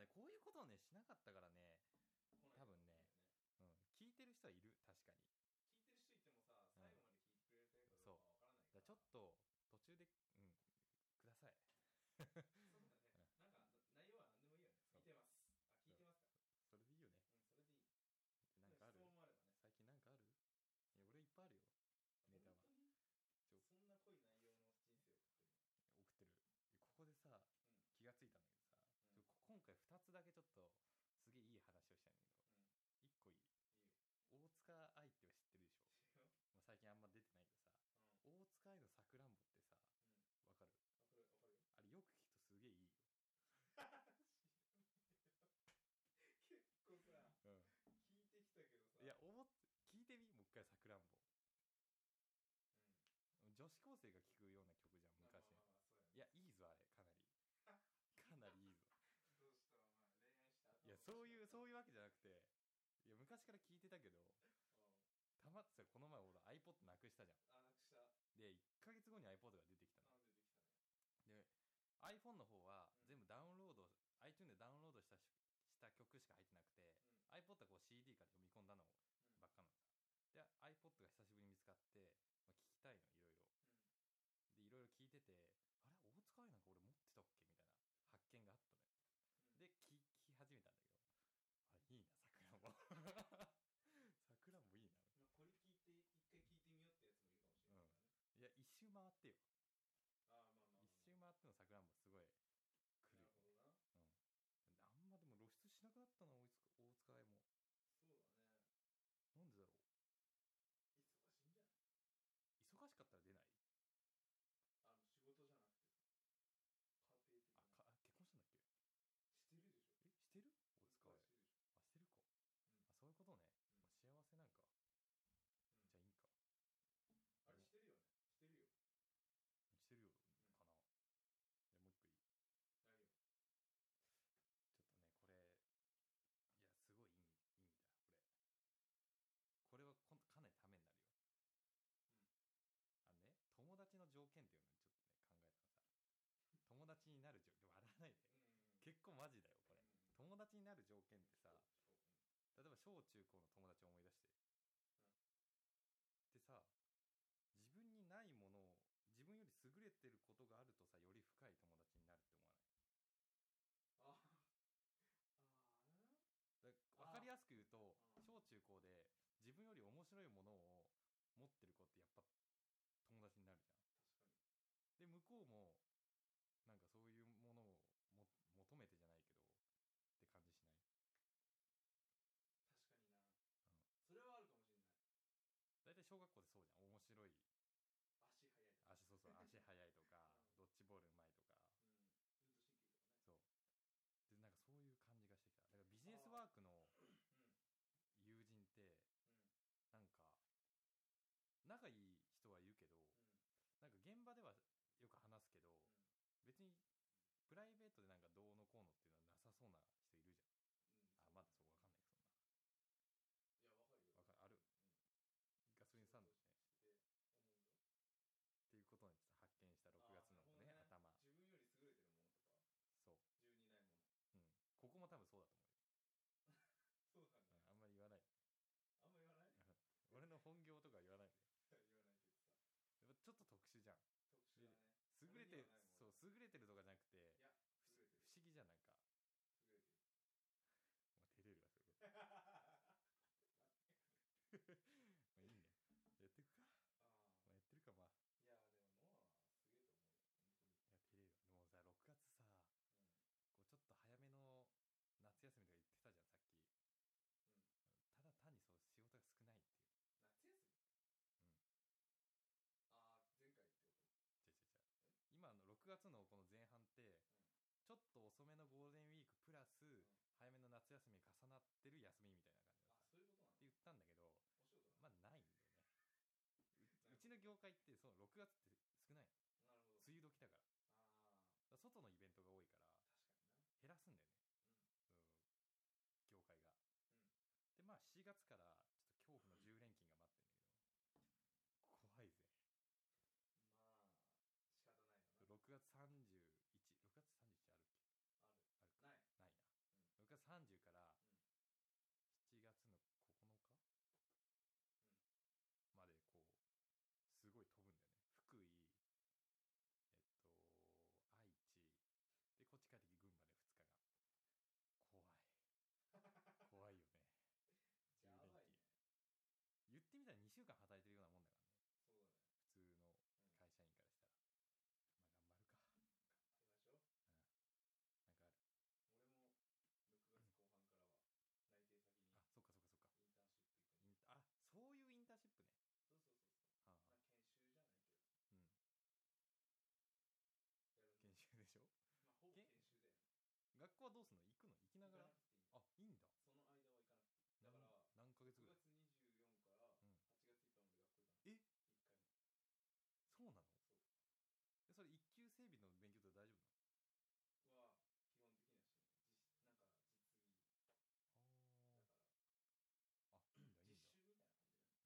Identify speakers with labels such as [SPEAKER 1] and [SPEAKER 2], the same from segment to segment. [SPEAKER 1] をねしなかったからね多分ねうん聞いてる人はいる確かに
[SPEAKER 2] 聞いてる人いてもさ
[SPEAKER 1] うん
[SPEAKER 2] 最後まで聞いてくれてるかどうかわか
[SPEAKER 1] だからち
[SPEAKER 2] らないから
[SPEAKER 1] ょっと途中でうんください
[SPEAKER 2] そうだねなんか内容は何でもいいよ
[SPEAKER 1] そ
[SPEAKER 2] ね
[SPEAKER 1] う
[SPEAKER 2] 見てますあ聞いてますか
[SPEAKER 1] それでいいよね
[SPEAKER 2] うんそれでいい
[SPEAKER 1] なんかある
[SPEAKER 2] 質問もあればね
[SPEAKER 1] 最近なんかあるいや俺いっぱいあるよネ タはち
[SPEAKER 2] 本当
[SPEAKER 1] ょ
[SPEAKER 2] にそんな濃い内容の人生を送ってる
[SPEAKER 1] 送ってるここでさ
[SPEAKER 2] う
[SPEAKER 1] 気
[SPEAKER 2] ん
[SPEAKER 1] がついたんだけどさ、
[SPEAKER 2] う
[SPEAKER 1] ちょ
[SPEAKER 2] ん
[SPEAKER 1] 今回2つだけちょっとすげえいい話をしたいんだけど1個いい
[SPEAKER 2] うんいいよ
[SPEAKER 1] 大塚愛って知ってるでしょ、ま
[SPEAKER 2] 違う
[SPEAKER 1] あ、最近あんま出てないけどさ大塚愛のさくらんぼってさわかるあれよく聞くとすげえいいよ、いや思っ聞いてみもう一回さくらんぼ
[SPEAKER 2] うんうんわかるわかるよ知らないよ結構さ聞いてきたけどさうん
[SPEAKER 1] 女子高生が聞くような曲じゃん昔
[SPEAKER 2] まあまあまあそうやね
[SPEAKER 1] いやいいぞあれかなりか なりいいぞ
[SPEAKER 2] どうしたお前
[SPEAKER 1] い
[SPEAKER 2] 恋愛した
[SPEAKER 1] やそういうそう
[SPEAKER 2] いう
[SPEAKER 1] いうわけじゃなくていや昔から聞いてたけど
[SPEAKER 2] うん
[SPEAKER 1] たまってさこの前俺 iPod なくしたじゃん
[SPEAKER 2] あなくした
[SPEAKER 1] で1ヶ月後に iPod が出てきたの
[SPEAKER 2] なんでできたね
[SPEAKER 1] で iPhone の方は
[SPEAKER 2] うん
[SPEAKER 1] 全部ダウンロード、iTunes でダウンロードしたしした曲しか入ってなくて、iPod は
[SPEAKER 2] うん
[SPEAKER 1] こう CD から読み込んだの
[SPEAKER 2] うん
[SPEAKER 1] ばっかなのさで iPod が久しぶりに見つかって、まあ、聞きたいのいろいろ
[SPEAKER 2] う
[SPEAKER 1] でいろいろ聞い
[SPEAKER 2] ん
[SPEAKER 1] ててあれ大塚愛なんか俺持ってたっけみたいな発見があったのよ
[SPEAKER 2] うん
[SPEAKER 1] で聞き始めたんだけどあいいな桜 も桜もいいな
[SPEAKER 2] まあ、これ聞いて一回聞いてみようってやつもいるかもしれ
[SPEAKER 1] いや一周
[SPEAKER 2] ないからね、
[SPEAKER 1] 回ってよ
[SPEAKER 2] ああまあまあまあまあ、
[SPEAKER 1] 一周回っての桜もすごい来
[SPEAKER 2] な
[SPEAKER 1] る
[SPEAKER 2] るほどな
[SPEAKER 1] うん、あんまでも露出しなくなったな大塚大塚愛も
[SPEAKER 2] そうだね
[SPEAKER 1] なんでだろう
[SPEAKER 2] 忙しいんじ
[SPEAKER 1] 忙
[SPEAKER 2] ゃない
[SPEAKER 1] しかったら出ない
[SPEAKER 2] あの仕事じゃなくてさ家庭的
[SPEAKER 1] あ
[SPEAKER 2] な
[SPEAKER 1] かあ結婚したんだっけ
[SPEAKER 2] してるでしょ
[SPEAKER 1] えしてる大塚愛
[SPEAKER 2] 結婚してるでしょ
[SPEAKER 1] あしてるか、
[SPEAKER 2] うん
[SPEAKER 1] あそういうことね、
[SPEAKER 2] うん
[SPEAKER 1] もう幸せなんか、
[SPEAKER 2] うん
[SPEAKER 1] じゃあいいんか
[SPEAKER 2] あれしてるよねしてる
[SPEAKER 1] し
[SPEAKER 2] よ
[SPEAKER 1] てるよ、
[SPEAKER 2] ん
[SPEAKER 1] かないやもう一個いい
[SPEAKER 2] 何よ
[SPEAKER 1] ちょっとねこれいやすごいいいんいいんだこれこれは今度かなりためになるよ、あ
[SPEAKER 2] うん
[SPEAKER 1] のね友達の条件っていうのにちょっとね考えたのさ友達になる条件笑わないで
[SPEAKER 2] うん
[SPEAKER 1] 結構マジだよこれ
[SPEAKER 2] うん
[SPEAKER 1] 友達になる条件ってさ
[SPEAKER 2] そうそう
[SPEAKER 1] 例えば小中高の友達を思い出して、で
[SPEAKER 2] うん
[SPEAKER 1] さ自分にないものを自分より優れてることがあるとさより深い友達になるって思わない
[SPEAKER 2] うんあああ
[SPEAKER 1] だ分か
[SPEAKER 2] な
[SPEAKER 1] りやすく言うと
[SPEAKER 2] うん
[SPEAKER 1] 小中高で自分より面白いものを持ってる子ってやっぱ友達になるじゃん
[SPEAKER 2] 確かに
[SPEAKER 1] で向こうもなんかそういうものをも求めてじゃないけどって感じしないん
[SPEAKER 2] 確かにな、それはあるかもしれない
[SPEAKER 1] 大体小学校でそうじゃん面白い足
[SPEAKER 2] 足速いとか
[SPEAKER 1] そうそう足速いとか
[SPEAKER 2] うん
[SPEAKER 1] ドッジボールうまいとかそう
[SPEAKER 2] うん運動神経とかね
[SPEAKER 1] でなんかそういう感じがしてきただからビジネスワークの
[SPEAKER 2] う
[SPEAKER 1] 友
[SPEAKER 2] ん
[SPEAKER 1] 人って
[SPEAKER 2] うん
[SPEAKER 1] なんか仲いい人はいるけど
[SPEAKER 2] うん
[SPEAKER 1] なんか現場ではよく話すけど、
[SPEAKER 2] うん
[SPEAKER 1] 別にプライベートでなんかどうのこうのっていうのはなさそうな人いるじ
[SPEAKER 2] うん
[SPEAKER 1] ゃんあまだそうわかんないけど
[SPEAKER 2] いやわかる
[SPEAKER 1] わ
[SPEAKER 2] よ
[SPEAKER 1] かるある、
[SPEAKER 2] うん、
[SPEAKER 1] そんなガソリンスタンドでね
[SPEAKER 2] 仕事をしてて思うよ
[SPEAKER 1] っていうことにちょっと発見した6
[SPEAKER 2] あー
[SPEAKER 1] 月の
[SPEAKER 2] なるほど
[SPEAKER 1] ね頭
[SPEAKER 2] 自分より優れてるものと
[SPEAKER 1] そううんここも多分そう
[SPEAKER 2] か自分にないもの
[SPEAKER 1] だと思
[SPEAKER 2] そう
[SPEAKER 1] う
[SPEAKER 2] だ
[SPEAKER 1] よ、うん、あんまり言わない
[SPEAKER 2] ねあんま言わない
[SPEAKER 1] 俺の本業とかは言わないで
[SPEAKER 2] 言わないけどさ
[SPEAKER 1] やっぱちょっと特殊じゃん
[SPEAKER 2] 特殊だね
[SPEAKER 1] 優れて
[SPEAKER 2] 俺
[SPEAKER 1] る
[SPEAKER 2] にはないもん
[SPEAKER 1] そう優れてるとかじゃなくて
[SPEAKER 2] いや
[SPEAKER 1] ふ
[SPEAKER 2] 優
[SPEAKER 1] し
[SPEAKER 2] れてる
[SPEAKER 1] 不思議じゃんなんか
[SPEAKER 2] 優れてる
[SPEAKER 1] お前照れるわそれ
[SPEAKER 2] あ
[SPEAKER 1] まあいいねやってくか、まあ、やっ
[SPEAKER 2] あ
[SPEAKER 1] てるかまあ
[SPEAKER 2] いやでもノアはすげえと思うよ本当に
[SPEAKER 1] いや照れるわでもさ6月さ
[SPEAKER 2] うん
[SPEAKER 1] こうちょっと早めの夏休みとか言ってたじゃんさっき
[SPEAKER 2] うん
[SPEAKER 1] ただ単にそう仕事が少ないっていう
[SPEAKER 2] 夏休み
[SPEAKER 1] うん
[SPEAKER 2] ああ前回ってこと
[SPEAKER 1] 違う違う違う今の6
[SPEAKER 2] え
[SPEAKER 1] 月のこの前半って
[SPEAKER 2] うん
[SPEAKER 1] ちょっと遅めのゴールデンウィークプラス、
[SPEAKER 2] ん
[SPEAKER 1] 早めの夏休み重なってる休みみたいな感じだっ
[SPEAKER 2] あ
[SPEAKER 1] たって
[SPEAKER 2] そういう
[SPEAKER 1] 言った
[SPEAKER 2] ことなの
[SPEAKER 1] んだけど
[SPEAKER 2] お仕事な
[SPEAKER 1] まあ
[SPEAKER 2] の
[SPEAKER 1] ないんだよねうちの 業界ってその6月って少ない
[SPEAKER 2] なるほど
[SPEAKER 1] 梅雨時だからだか
[SPEAKER 2] ああ
[SPEAKER 1] ら外のイベントが多いから
[SPEAKER 2] 確かにな
[SPEAKER 1] 減らすんだよね
[SPEAKER 2] う
[SPEAKER 1] うん業界がでまあ4月からちょ
[SPEAKER 2] んうん
[SPEAKER 1] っと恐怖の10連勤が待ってんだけど怖いぜ
[SPEAKER 2] まあ仕方ないよ
[SPEAKER 1] 6月316月31あるっ
[SPEAKER 2] な
[SPEAKER 1] け
[SPEAKER 2] あ
[SPEAKER 1] あ
[SPEAKER 2] る
[SPEAKER 1] るか
[SPEAKER 2] ない
[SPEAKER 1] ないな、
[SPEAKER 2] う
[SPEAKER 1] 6月31でしょうんみちょぱだぜえ可愛いい
[SPEAKER 2] みちょぱでしょみちょぱなんか可愛くない
[SPEAKER 1] え付き合える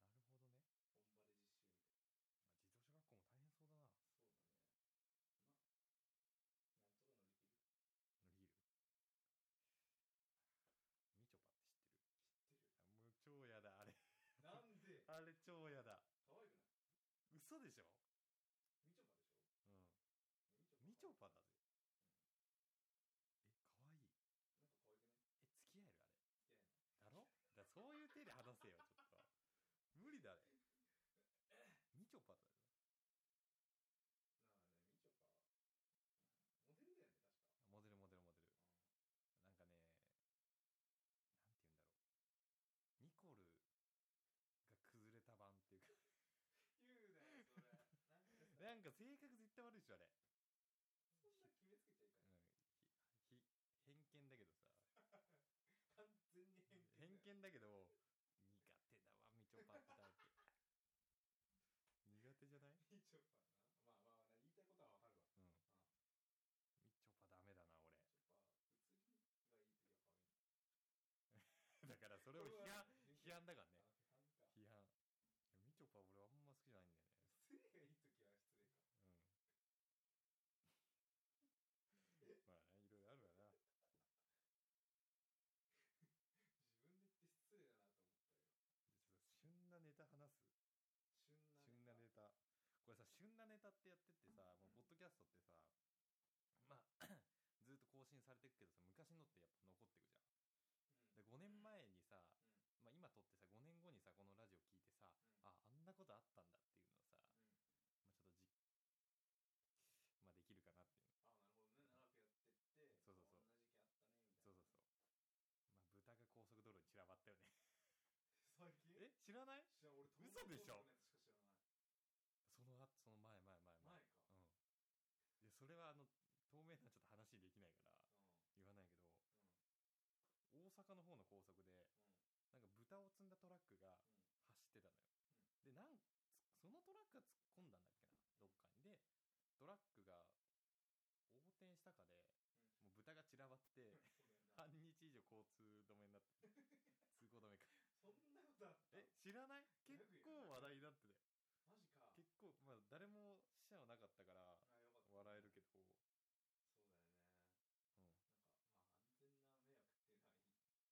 [SPEAKER 1] あれ
[SPEAKER 2] 嫌やな
[SPEAKER 1] だろだそういう手で話せよ、ちょっと。無理だね。みちょぱだよ。
[SPEAKER 2] なあねみちょぱモデルだよね
[SPEAKER 1] モ
[SPEAKER 2] 確か
[SPEAKER 1] デルモデルモデル。
[SPEAKER 2] うん
[SPEAKER 1] なんかね、なんて言うんだろう。ニコルが崩れた版っていうか、
[SPEAKER 2] 言うなよそれな
[SPEAKER 1] なん
[SPEAKER 2] んかさ
[SPEAKER 1] か性格絶対悪いでしょ、あれ。
[SPEAKER 2] そんな決めつけち
[SPEAKER 1] うん
[SPEAKER 2] ゃいかない、
[SPEAKER 1] ひひ偏見だけどさ、
[SPEAKER 2] 完全に偏見
[SPEAKER 1] 偏見だ
[SPEAKER 2] だよ
[SPEAKER 1] けど、苦手だわ、みちょぱってタイプ。苦手じゃない
[SPEAKER 2] みちょぱなまあまあまあ言いたいことはわかる
[SPEAKER 1] う
[SPEAKER 2] わ
[SPEAKER 1] ん。みちょぱダメだな、俺。 だ
[SPEAKER 2] みちょぱ映りがいい時は可愛い
[SPEAKER 1] からそれを批判、批判だからね。
[SPEAKER 2] あ批判か
[SPEAKER 1] 批判。みちょぱ俺あんま好きじゃないんだよね。
[SPEAKER 2] 失礼がいい時は失礼か
[SPEAKER 1] うん。まあね、いろいろあるわな。
[SPEAKER 2] 自分で言っ
[SPEAKER 1] 旬なネタ
[SPEAKER 2] て失礼だなと思ったよ
[SPEAKER 1] 話す。
[SPEAKER 2] 旬
[SPEAKER 1] 旬
[SPEAKER 2] な
[SPEAKER 1] なネタ。これさ、旬なネタってやってってさ、もうポッドキャストってさ、まあ、 ずっと更新されてくけどさ、昔のってやっぱ残ってくじゃん。で、5
[SPEAKER 2] うん
[SPEAKER 1] 年前にさ、
[SPEAKER 2] うん
[SPEAKER 1] まあ今撮ってさ、5年後にさ、このラジオ聞いてさ、あ、
[SPEAKER 2] うん
[SPEAKER 1] あんなことあったんだっていうのをさ、まあちょっとじ、まあできるかなっていう。
[SPEAKER 2] あなるほどね長くやってって
[SPEAKER 1] そうそうそう
[SPEAKER 2] こんな時期あっ
[SPEAKER 1] そうそう
[SPEAKER 2] たねみたいな
[SPEAKER 1] そう。まあ豚が高速道路に散らばったよね。え知
[SPEAKER 2] 最近
[SPEAKER 1] らない
[SPEAKER 2] 知らん俺
[SPEAKER 1] 嘘でしょ
[SPEAKER 2] トンボのやつしか知らない
[SPEAKER 1] その後、その前前前前。う
[SPEAKER 2] 前か
[SPEAKER 1] ん。いや、それはあの、透明なちょっと話にできないから、言わないけど、
[SPEAKER 2] うんうん
[SPEAKER 1] 大阪の方の高速で、なんか豚を積んだトラックが
[SPEAKER 2] うん
[SPEAKER 1] 走ってたのよ。で、なん、そのトラックが突っ込んだんだっけな、どっかに。で、トラックが横転したかで、もう豚が散らばって、
[SPEAKER 2] うんそうだ
[SPEAKER 1] 半
[SPEAKER 2] よな
[SPEAKER 1] 日以上交通止めになって、通行止めか。
[SPEAKER 2] そんなことあった
[SPEAKER 1] え、知らない結構話題になってたよ。
[SPEAKER 2] マジか
[SPEAKER 1] 結構、まあ誰も死者はなかったから、
[SPEAKER 2] あよかった
[SPEAKER 1] 笑えるけど、
[SPEAKER 2] そうだよね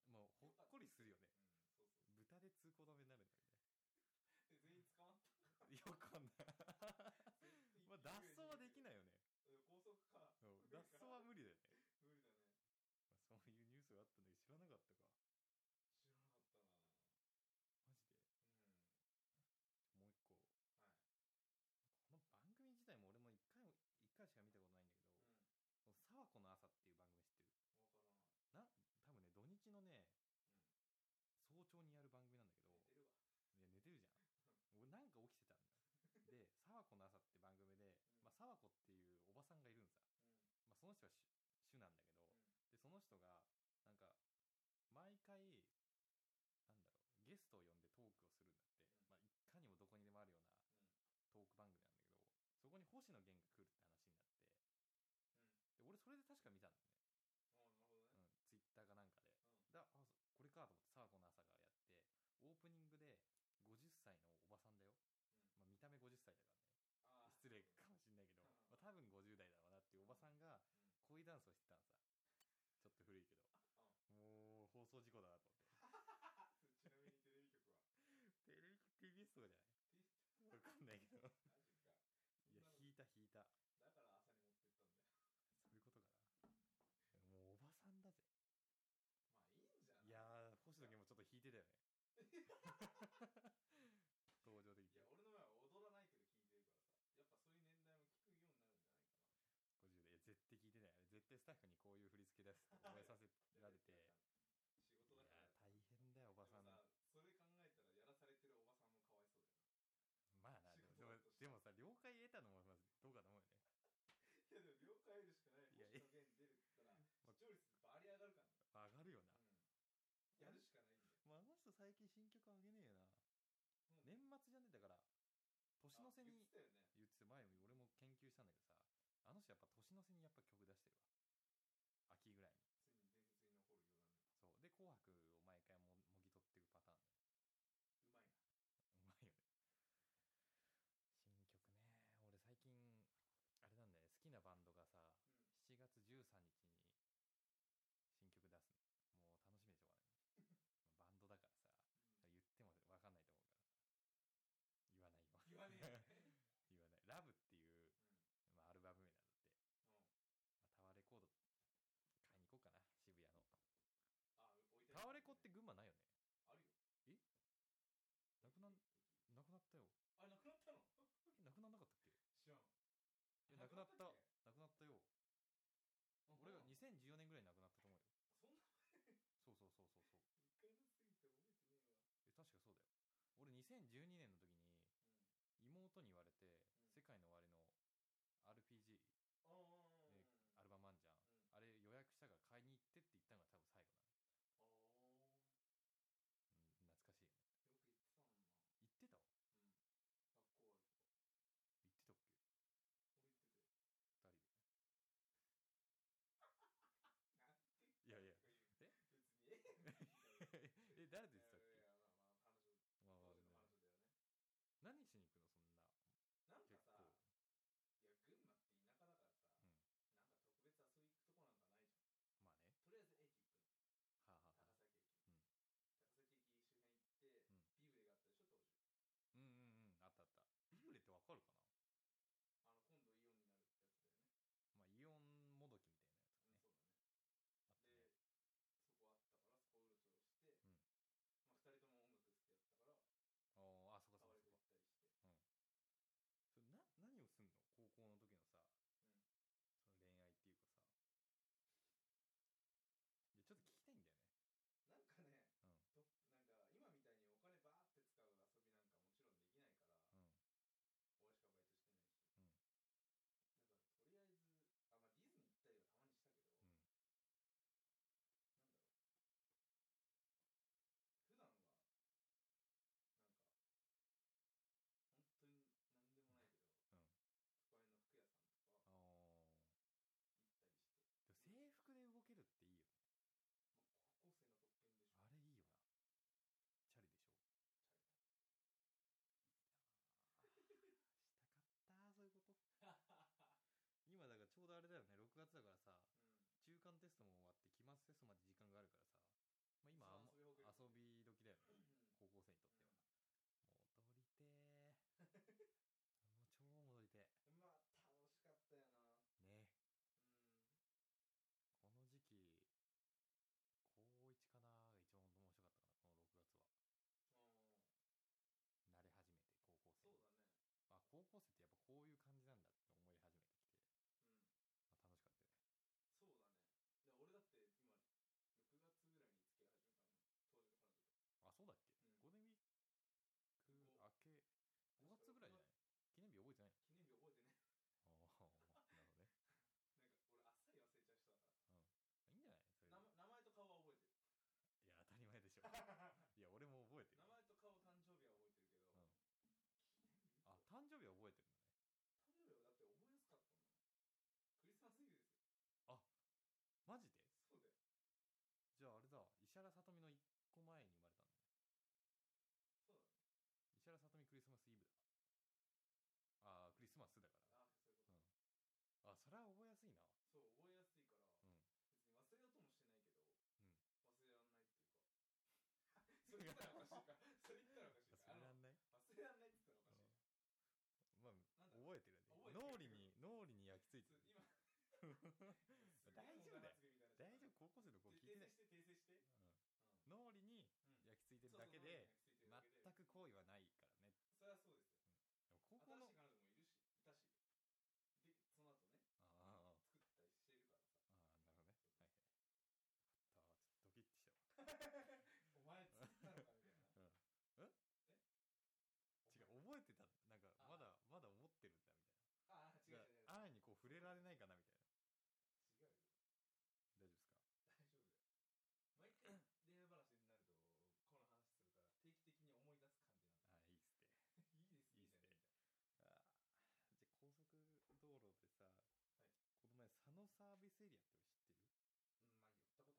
[SPEAKER 1] うん。
[SPEAKER 2] なん
[SPEAKER 1] ま
[SPEAKER 2] かまあ安全な迷惑っていうのはいい
[SPEAKER 1] あ、ほっこりするよね。
[SPEAKER 2] うんそうそう
[SPEAKER 1] 豚で通行止めになるんだよ
[SPEAKER 2] で全員捕まった
[SPEAKER 1] ね。よくわかんな い。 まあ、脱走はできないいよね。
[SPEAKER 2] 高速か
[SPEAKER 1] そう脱走は無理だよね。
[SPEAKER 2] 無理
[SPEAKER 1] ま
[SPEAKER 2] だね
[SPEAKER 1] あ、そういうニュースがあったんだけど、知らなかったか。
[SPEAKER 2] 知らなかったな
[SPEAKER 1] マジで。
[SPEAKER 2] うん
[SPEAKER 1] もう一個。
[SPEAKER 2] はい
[SPEAKER 1] この番組自体も俺も一回も、一回しか見たことないんだけど、
[SPEAKER 2] うん
[SPEAKER 1] そのサワコの朝っていう番組知ってる
[SPEAKER 2] わ
[SPEAKER 1] なん、多分ね、
[SPEAKER 2] からない
[SPEAKER 1] 土日のね、
[SPEAKER 2] うん
[SPEAKER 1] 早朝にやる番組なんだけど、
[SPEAKER 2] 寝てるわ
[SPEAKER 1] いや、寝てるじゃん。俺なんか起きてたんだよ。で、サワコの朝って番組で、まあ、サワコっていうおばさん
[SPEAKER 2] うん
[SPEAKER 1] がいるんさ。
[SPEAKER 2] う
[SPEAKER 1] ま
[SPEAKER 2] ん
[SPEAKER 1] あ、その人は主主なんだけど、
[SPEAKER 2] うん
[SPEAKER 1] で、その人が、なんか、毎回、なんだろう、ゲストを呼んでトークをするんだって。
[SPEAKER 2] う
[SPEAKER 1] ま
[SPEAKER 2] ん
[SPEAKER 1] あ、いかにもどこにでもあるようなトーク番組なんだけど、そこに星野源が来るって話になって、で、俺
[SPEAKER 2] うん
[SPEAKER 1] それで確か見たんだよね。
[SPEAKER 2] あなるほど
[SPEAKER 1] うん、
[SPEAKER 2] ね
[SPEAKER 1] ツイッターかなんかで。だ、あ、そこれかと思
[SPEAKER 2] うん
[SPEAKER 1] って、サワコの朝がやって、オープニングで50歳のおばさんだよ。
[SPEAKER 2] う
[SPEAKER 1] まあ、
[SPEAKER 2] ん
[SPEAKER 1] 見た目50歳だからね。
[SPEAKER 2] あー
[SPEAKER 1] 失礼かもしんないけど、
[SPEAKER 2] うん
[SPEAKER 1] まあ、多分50代だろうなっていうおばさんが
[SPEAKER 2] うん
[SPEAKER 1] 恋ダンスをしてたのさ。ちょっと古いけど。もう放送事故だなと思っ
[SPEAKER 2] ち なみにテ
[SPEAKER 1] て。テレ
[SPEAKER 2] レビ局は
[SPEAKER 1] ビ、TBS とかじゃない わかんないけど。
[SPEAKER 2] マジかそ
[SPEAKER 1] い
[SPEAKER 2] ん
[SPEAKER 1] や
[SPEAKER 2] な、の
[SPEAKER 1] 引いた引いた。
[SPEAKER 2] だから朝に持ってったんだよ
[SPEAKER 1] そういうことかな。もうおばさんだぜ。
[SPEAKER 2] まあいいんじ
[SPEAKER 1] いやー、星野
[SPEAKER 2] ゃない
[SPEAKER 1] 源もちょっと引いてたよね。登場できて
[SPEAKER 2] いや。俺の前は踊らないけど聞いてるからさやっぱそう
[SPEAKER 1] 50代。い
[SPEAKER 2] いう年代も聞くようになるんじゃないか
[SPEAKER 1] や、絶対聞いてないよね。絶対スタッフにこういう振り付け出す と覚えさせら
[SPEAKER 2] な
[SPEAKER 1] れて。いやー、大変
[SPEAKER 2] 仕事だから
[SPEAKER 1] だよ、おばさん
[SPEAKER 2] で。もさそれ考えたらやらされてるおばさんもかわいそうだよ
[SPEAKER 1] まあな、でも、でもでもさ、了解得たのも、まずどうかと思うよね。
[SPEAKER 2] いやでも了解得るしかない
[SPEAKER 1] いや
[SPEAKER 2] 星野源出
[SPEAKER 1] ま
[SPEAKER 2] るって言ったら視聴率バリ上がるからね
[SPEAKER 1] まあ上がるよな。
[SPEAKER 2] うんやるしかないんだよ
[SPEAKER 1] まあ、あの人最近新曲あげねえよな。
[SPEAKER 2] そう
[SPEAKER 1] 年末じゃねえだから、年の瀬
[SPEAKER 2] あ言っ
[SPEAKER 1] に
[SPEAKER 2] てたよね
[SPEAKER 1] 言ってて前も俺も研究したんだけどさ、あの人やっぱ年の瀬にやっぱ曲出してるわ。秋ぐらいに。
[SPEAKER 2] ついに伝説に残るような
[SPEAKER 1] そ
[SPEAKER 2] ね
[SPEAKER 1] う。で、紅白を毎回ももぎ取っていくパターンだよ。
[SPEAKER 2] うま
[SPEAKER 1] うまいよね。新曲ね。俺最近、あれなんだよね。好き
[SPEAKER 2] いな
[SPEAKER 1] なバンドがさ、
[SPEAKER 2] うん
[SPEAKER 1] 7月13日に新曲出すの。もう楽しみでしょうがない。バンドだからさ、
[SPEAKER 2] うん
[SPEAKER 1] 言っても分かんないと思うからさ。言わないよ。
[SPEAKER 2] 言わねえよね
[SPEAKER 1] 言くなった
[SPEAKER 2] 亡くなったっ
[SPEAKER 1] 亡くなったよ
[SPEAKER 2] あ
[SPEAKER 1] 俺が
[SPEAKER 2] そうなの
[SPEAKER 1] 2014年ぐらいに亡くなったと思うよ
[SPEAKER 2] そ
[SPEAKER 1] そ
[SPEAKER 2] んな
[SPEAKER 1] うそうそうそうそう
[SPEAKER 2] 昔のすぎて覚え
[SPEAKER 1] え確か
[SPEAKER 2] てねえわ
[SPEAKER 1] そうだよ俺2012年の時に妹に言われて「世界の終わり」の RPG
[SPEAKER 2] うん
[SPEAKER 1] でアルバムあんじゃん
[SPEAKER 2] うん
[SPEAKER 1] あれ予約したから買いに行ってって言ったのが多分最後なの、う
[SPEAKER 2] ああ
[SPEAKER 1] ん、懐かしいよね
[SPEAKER 2] よく言ってたもんな
[SPEAKER 1] 行ってたわ
[SPEAKER 2] うん学校あるとか
[SPEAKER 1] 行ってたっけ
[SPEAKER 2] 俺言ってた
[SPEAKER 1] 二人でいやいや
[SPEAKER 2] よなんてい
[SPEAKER 1] え
[SPEAKER 2] え
[SPEAKER 1] え誰と言ってたっけ
[SPEAKER 2] 別にええいやいやまあまあ彼女
[SPEAKER 1] まあまあ
[SPEAKER 2] 当時の彼
[SPEAKER 1] ね
[SPEAKER 2] 女だよね
[SPEAKER 1] 何しに行くのそんな
[SPEAKER 2] なんか
[SPEAKER 1] 結
[SPEAKER 2] さ
[SPEAKER 1] 構
[SPEAKER 2] いや群馬って田舎だか
[SPEAKER 1] うん
[SPEAKER 2] らさ、なんか特別遊び行くとこなんかないじゃん
[SPEAKER 1] まあね
[SPEAKER 2] とりあえず
[SPEAKER 1] はあ、はあは
[SPEAKER 2] 駅行くの高
[SPEAKER 1] あ、うん
[SPEAKER 2] 崎駅、高崎駅周
[SPEAKER 1] うん
[SPEAKER 2] 辺行って、ビブレがあ
[SPEAKER 1] うんうんうんあっ
[SPEAKER 2] ったでしょ当時
[SPEAKER 1] たあったビブレってわかるかなまあイオンもどきみたいなやつねあったねうん
[SPEAKER 2] あの今度イオンになるってやつだよねうんそうだねで、そこあったから、そこうろちょろして、まあ、二人とも音楽
[SPEAKER 1] おーあそこそこそこ
[SPEAKER 2] 好きだったから、暴れて行ったりして。
[SPEAKER 1] それな何をすんの高校の時のさ、
[SPEAKER 2] うん
[SPEAKER 1] その恋愛っていうかさでちょっと聞きたいんだよねうんうんうんうんうんあーでも制服で動けるっていいよねあれ
[SPEAKER 2] なんかね、となんか今みたいにお金バーって使う遊びなんかもちろんできないから、俺しかバイトしてないし。だからとりあえず、あ、まあ、ディズニー行ったりはたまにしたけど、なんだろう。普段は、なんか、本当に何でもないけど、都会の服屋さんとか行ったりして、まあ、高校生の特権でしょ。
[SPEAKER 1] いいよなチャリでしょしたかったそういうこと
[SPEAKER 2] チャリだ。
[SPEAKER 1] 今だからちょうどあれだよね6月だからさ
[SPEAKER 2] うん。
[SPEAKER 1] 中間テストも終わって期末テストまで時間があるからさ、まあ、今あんま
[SPEAKER 2] そう遊びほぐれて
[SPEAKER 1] 遊び時だよね
[SPEAKER 2] うん
[SPEAKER 1] 高校生にとっては、戻りてーもう超戻りて
[SPEAKER 2] まあ、楽しかったよな。うん。
[SPEAKER 1] ーねこの時期高1かなが一番面白かったかなこの6月は
[SPEAKER 2] ああ、
[SPEAKER 1] 慣れ始めて高校生
[SPEAKER 2] そう
[SPEAKER 1] に
[SPEAKER 2] だね。
[SPEAKER 1] あ高校生ってやっぱこういう感じなんだって思い始めてきて、
[SPEAKER 2] うん。
[SPEAKER 1] まあ、楽しかったよね
[SPEAKER 2] そうだね。いや俺だって今、6月ぐらいに付き合い始めた
[SPEAKER 1] あそうだっけ、ゴー
[SPEAKER 2] の。当時の彼女と。うん
[SPEAKER 1] ルデンウィーク
[SPEAKER 2] ご
[SPEAKER 1] 明け5月ぐらいじゃない記念日覚えてない
[SPEAKER 2] 記念日覚えてね。
[SPEAKER 1] の ああなるほどね
[SPEAKER 2] なんか俺あっさり忘れちゃう人だからさ。
[SPEAKER 1] いいんじゃないそれで
[SPEAKER 2] 名前名前と顔は覚えて
[SPEAKER 1] いや当たり前でしょいや俺も覚えてるようんあ誕生日は覚えてるんだね
[SPEAKER 2] る。名前と顔誕生日は覚えてるけど、記念日誕生日はだって覚えやすかったもん。クリスマス
[SPEAKER 1] マジでじゃ
[SPEAKER 2] イブですよ。そうだよ。
[SPEAKER 1] ああれだ石原さとみの1個前に生まれたんだね石原さとみクリ
[SPEAKER 2] そうだね。
[SPEAKER 1] スマスイブだああクリスマスだからうんあそれは
[SPEAKER 2] ああ、そういうこと。
[SPEAKER 1] 覚えやすいなうんん忘れら
[SPEAKER 2] そう、覚えやすいから、別に忘れようともしてないけど、忘れらんないっていうか。それ言ったらおかしいか。それ言ったらおかしいか。
[SPEAKER 1] んない
[SPEAKER 2] あの忘れらんない
[SPEAKER 1] まあ覚えてるね脳裏に脳裏に焼き付いてる大丈夫
[SPEAKER 2] って言ったらおかしいじゃん。なんだ覚えてる そう今、
[SPEAKER 1] だよ 大丈夫高校生の子聞いてない、うん、脳裏に焼
[SPEAKER 2] よ 訂正して、訂正して。うん
[SPEAKER 1] き付いてるだけで、
[SPEAKER 2] そうそう
[SPEAKER 1] 全く行為はないからね
[SPEAKER 2] それはそうですよ。
[SPEAKER 1] でも高校の
[SPEAKER 2] 新しい彼女もいるし、いたし、で、その後ね、
[SPEAKER 1] ああ
[SPEAKER 2] 作った りしてる
[SPEAKER 1] ああ
[SPEAKER 2] からさ。
[SPEAKER 1] なるほどねはいはいよかったちょっとドキッてしたわ
[SPEAKER 2] お前作ったのかみたいな。
[SPEAKER 1] 違う覚えてたなんかま
[SPEAKER 2] あ
[SPEAKER 1] だまだ思ってるんだみ
[SPEAKER 2] ああ、
[SPEAKER 1] たい
[SPEAKER 2] 違う
[SPEAKER 1] な
[SPEAKER 2] 違う違う。
[SPEAKER 1] 安易にこう触れられないかなみたいな
[SPEAKER 2] 違うよ。
[SPEAKER 1] 大丈夫ですか
[SPEAKER 2] 大丈夫だよ。毎回電話話になると、この話するから、定期的に思い出す感じなんだ。
[SPEAKER 1] ああいいっすね
[SPEAKER 2] い いですね。
[SPEAKER 1] いいっすねああじゃあ高速道路で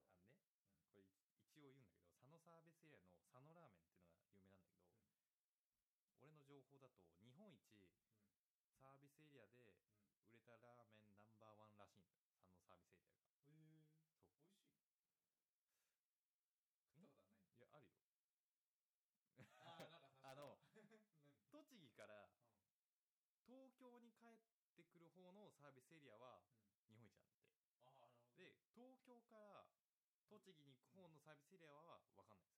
[SPEAKER 1] さ、
[SPEAKER 2] い
[SPEAKER 1] この前佐野サービスエリアって俺知ってる
[SPEAKER 2] うん、まあ、言ったこと
[SPEAKER 1] あ
[SPEAKER 2] はあ
[SPEAKER 1] のね、これい一応言うんだけど佐野サービ
[SPEAKER 2] る。うん
[SPEAKER 1] スエリアの佐野ラーメンっていうのが有名なんだけど、俺
[SPEAKER 2] ん
[SPEAKER 1] の情報だと日本一
[SPEAKER 2] うん
[SPEAKER 1] サービスエリアで売れたラーメンナンバーワンらしいんだよ佐野サービスエリアがそ
[SPEAKER 2] うん。へえ。
[SPEAKER 1] う
[SPEAKER 2] 美
[SPEAKER 1] ん
[SPEAKER 2] 味しい。食ったことはない。
[SPEAKER 1] いやあるよ
[SPEAKER 2] ああ、な
[SPEAKER 1] あの
[SPEAKER 2] んかさした。 何うん。
[SPEAKER 1] 栃木から東京に帰ってくる方のサービスエリアは
[SPEAKER 2] うん
[SPEAKER 1] 日本一なんだって、
[SPEAKER 2] ああ、なるほど。
[SPEAKER 1] で東京から栃木に行く方のサービスエリアは分かんないさ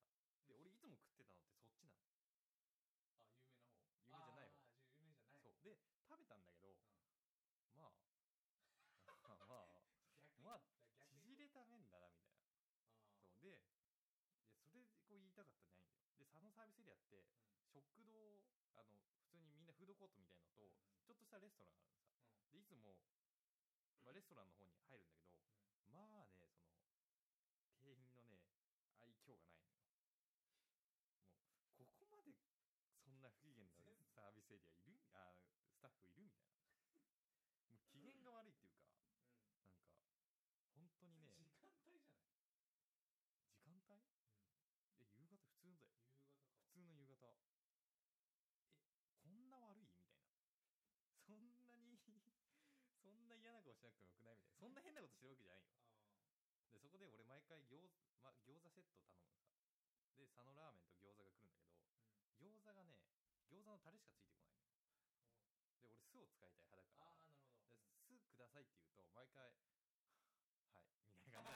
[SPEAKER 1] で
[SPEAKER 2] うん
[SPEAKER 1] 俺いつも食ってたのってそっちなの
[SPEAKER 2] あ、有名な
[SPEAKER 1] 有名
[SPEAKER 2] 方。
[SPEAKER 1] じゃない方そう。で
[SPEAKER 2] ああ、じゃあ有名じゃない方
[SPEAKER 1] 食べたんだけど、まあサービスエリアって、食堂あの普通にみんなフードコートみたいのと、ちょっとしたレストランがあるのさ、でいつも、まあ、レストランの方に入るんだけど、まあねその店員のね愛嬌がないのよもうここまでそんな不機嫌な
[SPEAKER 2] 全部
[SPEAKER 1] サービスエリアいるあスタッフいるみたいなもう機嫌が悪いっていうかなんか本当 にね
[SPEAKER 2] 時間帯じゃない
[SPEAKER 1] 時間帯、いや夕方普通だよ
[SPEAKER 2] 夕方か
[SPEAKER 1] 普通の夕方えこんな悪いみたいなそんなに そんな嫌な顔しなくてもよくないみたいなそんな変なことしてるわけじゃないよ
[SPEAKER 2] ああ
[SPEAKER 1] でそこで俺毎回餃子,、ま、餃子セット頼むのさで佐野ラーメンと餃子が来るんだけど、餃子がね餃子のタレしかついてこないのよで俺酢を使いたい派だから
[SPEAKER 2] あーなるほど
[SPEAKER 1] で酢くださいって言うと毎回「はい」みたいな感じなの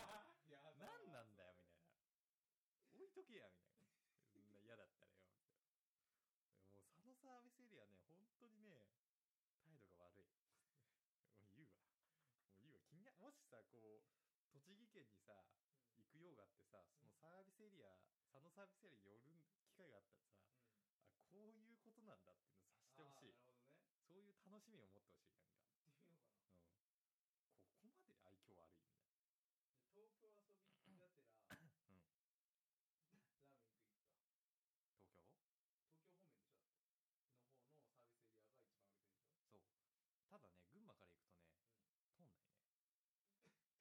[SPEAKER 2] い やだ
[SPEAKER 1] 何なんだよみたい
[SPEAKER 2] な
[SPEAKER 1] な置いとけやみたいなそんな嫌だったらよみたいなもう佐野サービスエリアね本当にね態度が悪いもう言うわもう言うわ気になもしさこう栃木県にさ行く用があってさそのサービスエリア佐野サービスエリアに寄る機会があったらさあこういうことなんだっていうの察してほしい
[SPEAKER 2] なるほどね
[SPEAKER 1] そういう楽しみを持ってほしいなんか、うん、ここま
[SPEAKER 2] っていうのかな
[SPEAKER 1] で愛嬌悪いみたい
[SPEAKER 2] じゃあ東京遊び行きがて
[SPEAKER 1] うん
[SPEAKER 2] らラーメン食い行くか
[SPEAKER 1] な東京
[SPEAKER 2] 東京方面でしょだっての方のサービスエリ
[SPEAKER 1] そうただね群馬
[SPEAKER 2] アが一番売れてるでしょ
[SPEAKER 1] から行くとね、通んないね
[SPEAKER 2] そっか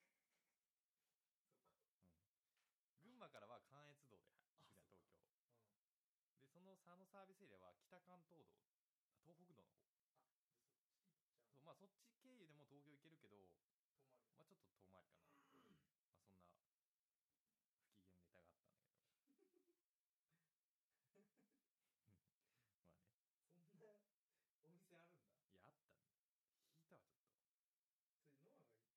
[SPEAKER 1] 群馬からは関越道で行くじゃん
[SPEAKER 2] あそっ
[SPEAKER 1] 東京
[SPEAKER 2] かうんで
[SPEAKER 1] でその佐野サービスエリアは北関東道あ東北道の方
[SPEAKER 2] そ
[SPEAKER 1] そ
[SPEAKER 2] っち行っ
[SPEAKER 1] うまあそっち
[SPEAKER 2] ちゃう
[SPEAKER 1] 経由でも東京行けるけど
[SPEAKER 2] 遠回りだ
[SPEAKER 1] まあちょっと遠回りかなまあそんな不機嫌ネタがあったんだけどまあね
[SPEAKER 2] そんなお店あるんだ
[SPEAKER 1] いやあったんだよ引いたわちょっと
[SPEAKER 2] それノアが行った時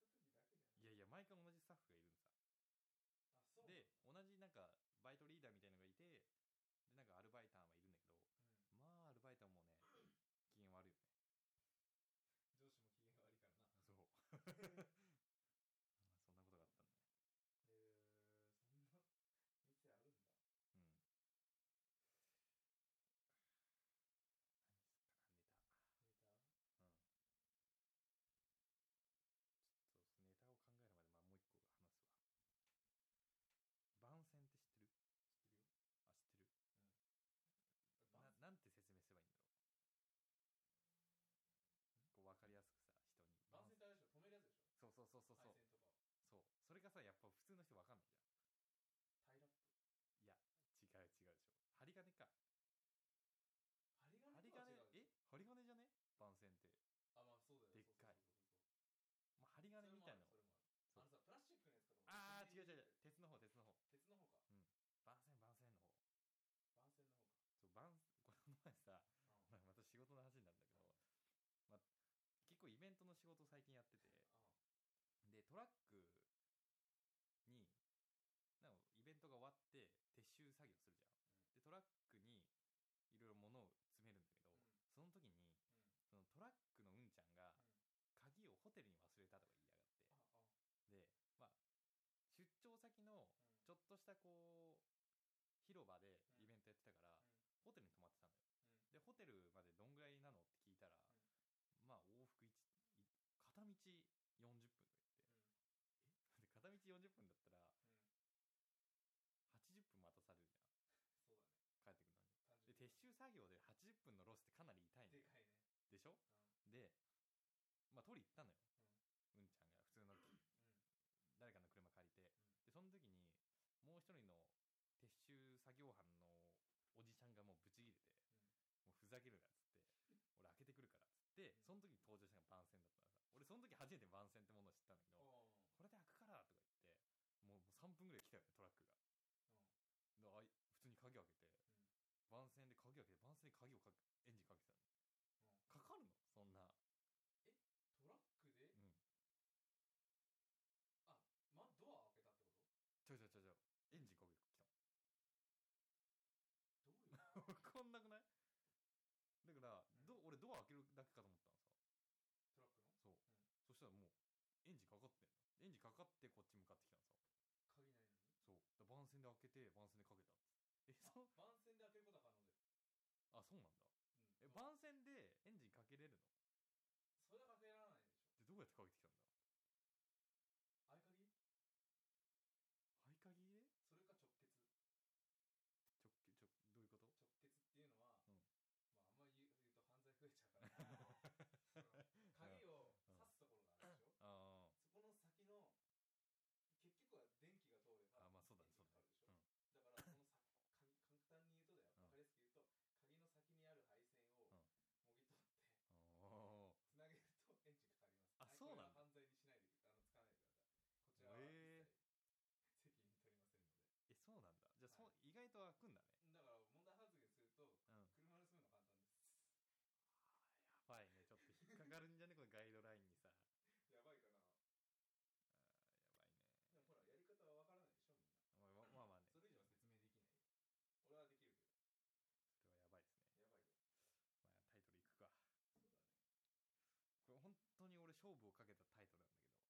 [SPEAKER 2] だけじゃない
[SPEAKER 1] いやいや毎回同じスタッフがいるのさ
[SPEAKER 2] あそうなんだ
[SPEAKER 1] で同じなんかバイトリーダーみたいのがいてでなんかアルバイターはいるんだけど
[SPEAKER 2] うん
[SPEAKER 1] まあアルバイター もね機嫌悪いよね
[SPEAKER 2] 上司も機嫌が悪いからな
[SPEAKER 1] そう まあそんなことがあったんだね
[SPEAKER 2] へえそんな店ある
[SPEAKER 1] うん。何で
[SPEAKER 2] んだネタ
[SPEAKER 1] すかなネタ。うん。ちょっとネタを考えるまで、まあ、もう一個話すわ。番宣って知ってる
[SPEAKER 2] 知ってるよ
[SPEAKER 1] あ、知ってるなな
[SPEAKER 2] 番
[SPEAKER 1] んて説明すればいいんだろう。こう、わかりやすくさ、人に。
[SPEAKER 2] 番宣ってあれでしょ止めるやつでしょ
[SPEAKER 1] そうそうそうそうそう
[SPEAKER 2] 配。線とかを
[SPEAKER 1] そう。それがさ、やっぱ普通の人わかんないじゃん。
[SPEAKER 2] タイラップ
[SPEAKER 1] いや、違う違うでしょ。針金か。
[SPEAKER 2] 針
[SPEAKER 1] 針
[SPEAKER 2] 金と
[SPEAKER 1] 金
[SPEAKER 2] は違う、
[SPEAKER 1] え針金じゃね番宣って。
[SPEAKER 2] あまあそうだよ
[SPEAKER 1] でっかい
[SPEAKER 2] そう
[SPEAKER 1] まあ、針
[SPEAKER 2] そ
[SPEAKER 1] 金み
[SPEAKER 2] うそうそうそう
[SPEAKER 1] たいなの
[SPEAKER 2] それも
[SPEAKER 1] そう
[SPEAKER 2] あるそれもあるあ
[SPEAKER 1] あ
[SPEAKER 2] のさプラスチックのやつかと思った
[SPEAKER 1] あ違う違う違う鉄の方鉄の方
[SPEAKER 2] 鉄の方
[SPEAKER 1] 番
[SPEAKER 2] か
[SPEAKER 1] 宣番宣の方
[SPEAKER 2] 番宣の方か
[SPEAKER 1] そう番この前さ、ま
[SPEAKER 2] うん
[SPEAKER 1] あ、また仕事の話になるんだけど、まあ、結構イベントの仕事を最近やってて
[SPEAKER 2] う
[SPEAKER 1] でトラックになんかイベントが終わって撤収作業するじゃん、
[SPEAKER 2] うん
[SPEAKER 1] でトラックにいろいろ物を詰めるんだけど、
[SPEAKER 2] んうん
[SPEAKER 1] その時に
[SPEAKER 2] うん
[SPEAKER 1] そのトラックのうんちゃんが
[SPEAKER 2] う
[SPEAKER 1] 鍵を
[SPEAKER 2] ん
[SPEAKER 1] ホテルに忘れたとか言いやがって
[SPEAKER 2] あ
[SPEAKER 1] でまあ
[SPEAKER 2] あ
[SPEAKER 1] 出張先の
[SPEAKER 2] うん
[SPEAKER 1] ちょっとしたこう広場で
[SPEAKER 2] うん
[SPEAKER 1] イベントやってたから、
[SPEAKER 2] うん
[SPEAKER 1] ホテルに泊まってたんだよ
[SPEAKER 2] うん
[SPEAKER 1] でホテルまでどんぐらいなのって聞いたら、まあ往復一い片道40分とか言って で片道40分だったら
[SPEAKER 2] うんうん
[SPEAKER 1] 80分待たされるじゃん
[SPEAKER 2] そうだね
[SPEAKER 1] 帰ってくるのに
[SPEAKER 2] 単
[SPEAKER 1] で
[SPEAKER 2] 純
[SPEAKER 1] 撤
[SPEAKER 2] に
[SPEAKER 1] 収作業で80分のロスってかなり痛いので
[SPEAKER 2] でかいね
[SPEAKER 1] でしょでまあ取り行ったのよ、うん、ちゃんが普通の 誰かの車借りて、でその時にもう一人の撤収作業班のおじちゃんがもうブチギレて、もうふざけるなっつって俺開けてくるからっつって、
[SPEAKER 2] うん
[SPEAKER 1] その時に登場したのが番宣だったのさ俺その時初めて番宣ってものを知ったんだけど、これで開くからとか言ってもうもう3
[SPEAKER 2] うんおー
[SPEAKER 1] 分ぐらい来たよねトラックがであい普通に鍵開けて、番
[SPEAKER 2] ん
[SPEAKER 1] 宣で鍵開けて番宣で鍵をかけエンジンかけてたの
[SPEAKER 2] うんうん
[SPEAKER 1] かかるのそんな、
[SPEAKER 2] トラックで
[SPEAKER 1] うん、
[SPEAKER 2] まドア開けた
[SPEAKER 1] ちょいちょいち
[SPEAKER 2] ってこと
[SPEAKER 1] ょいちょいエンジンかけてきた
[SPEAKER 2] どういうこと
[SPEAKER 1] わかんなくないだから、ど俺ドア開けるだけかと思ったのさ
[SPEAKER 2] トラックの
[SPEAKER 1] そう、そしたらもうエンジンかかってんのエンジンかかってこっち向かってきたのさ
[SPEAKER 2] 鍵ないのに
[SPEAKER 1] そうだから番宣で開けて番宣でかけたっつえそう
[SPEAKER 2] 番宣で当てることは可能
[SPEAKER 1] あそうなんだえ番宣で
[SPEAKER 2] です。うん
[SPEAKER 1] エンジンかけれるの
[SPEAKER 2] それはかけられないでしょ。
[SPEAKER 1] でどうやってかけてきたんだ
[SPEAKER 2] 合
[SPEAKER 1] 合
[SPEAKER 2] 鍵
[SPEAKER 1] 鍵で
[SPEAKER 2] それか直結。
[SPEAKER 1] 直球直どういうこと
[SPEAKER 2] 直結っていうのは、
[SPEAKER 1] うん
[SPEAKER 2] まあ、あんまり言う言うと犯罪増えちゃうから その鍵を刺すところがあるでしょ、
[SPEAKER 1] あ
[SPEAKER 2] そ
[SPEAKER 1] あまあそうだねそううんうんあおあそ
[SPEAKER 2] この先の結局は電気が通れば電気がかかるでしょ、だからそのさか簡単に言うとだよ分かりやすく言うと鍵の先にある配線をもぎ取ってつなげるとエンジンかかります
[SPEAKER 1] うなんだ
[SPEAKER 2] はいこれは犯罪にしないであの使わないでくださいこちらは
[SPEAKER 1] へえ
[SPEAKER 2] 一切責任取りませんので
[SPEAKER 1] ーえそうなんだじゃあ、そ
[SPEAKER 2] は
[SPEAKER 1] 意外と開くんだね
[SPEAKER 2] だから問題発言すると
[SPEAKER 1] うん
[SPEAKER 2] 車盗むの簡単です
[SPEAKER 1] やばいねちょっと引っかかるんじゃねこのガイドラインにさ
[SPEAKER 2] やばいかな
[SPEAKER 1] やばいね
[SPEAKER 2] でもほらやり方はわからないでしょみんな
[SPEAKER 1] まあまあまあまあね
[SPEAKER 2] それ以上は説明できないよ俺はできるけど
[SPEAKER 1] それはやばいですねまあタ
[SPEAKER 2] やばいよ
[SPEAKER 1] イトルいくか
[SPEAKER 2] そうだね
[SPEAKER 1] これ本当に俺勝負をかけたタイトルなんだけど、
[SPEAKER 2] うん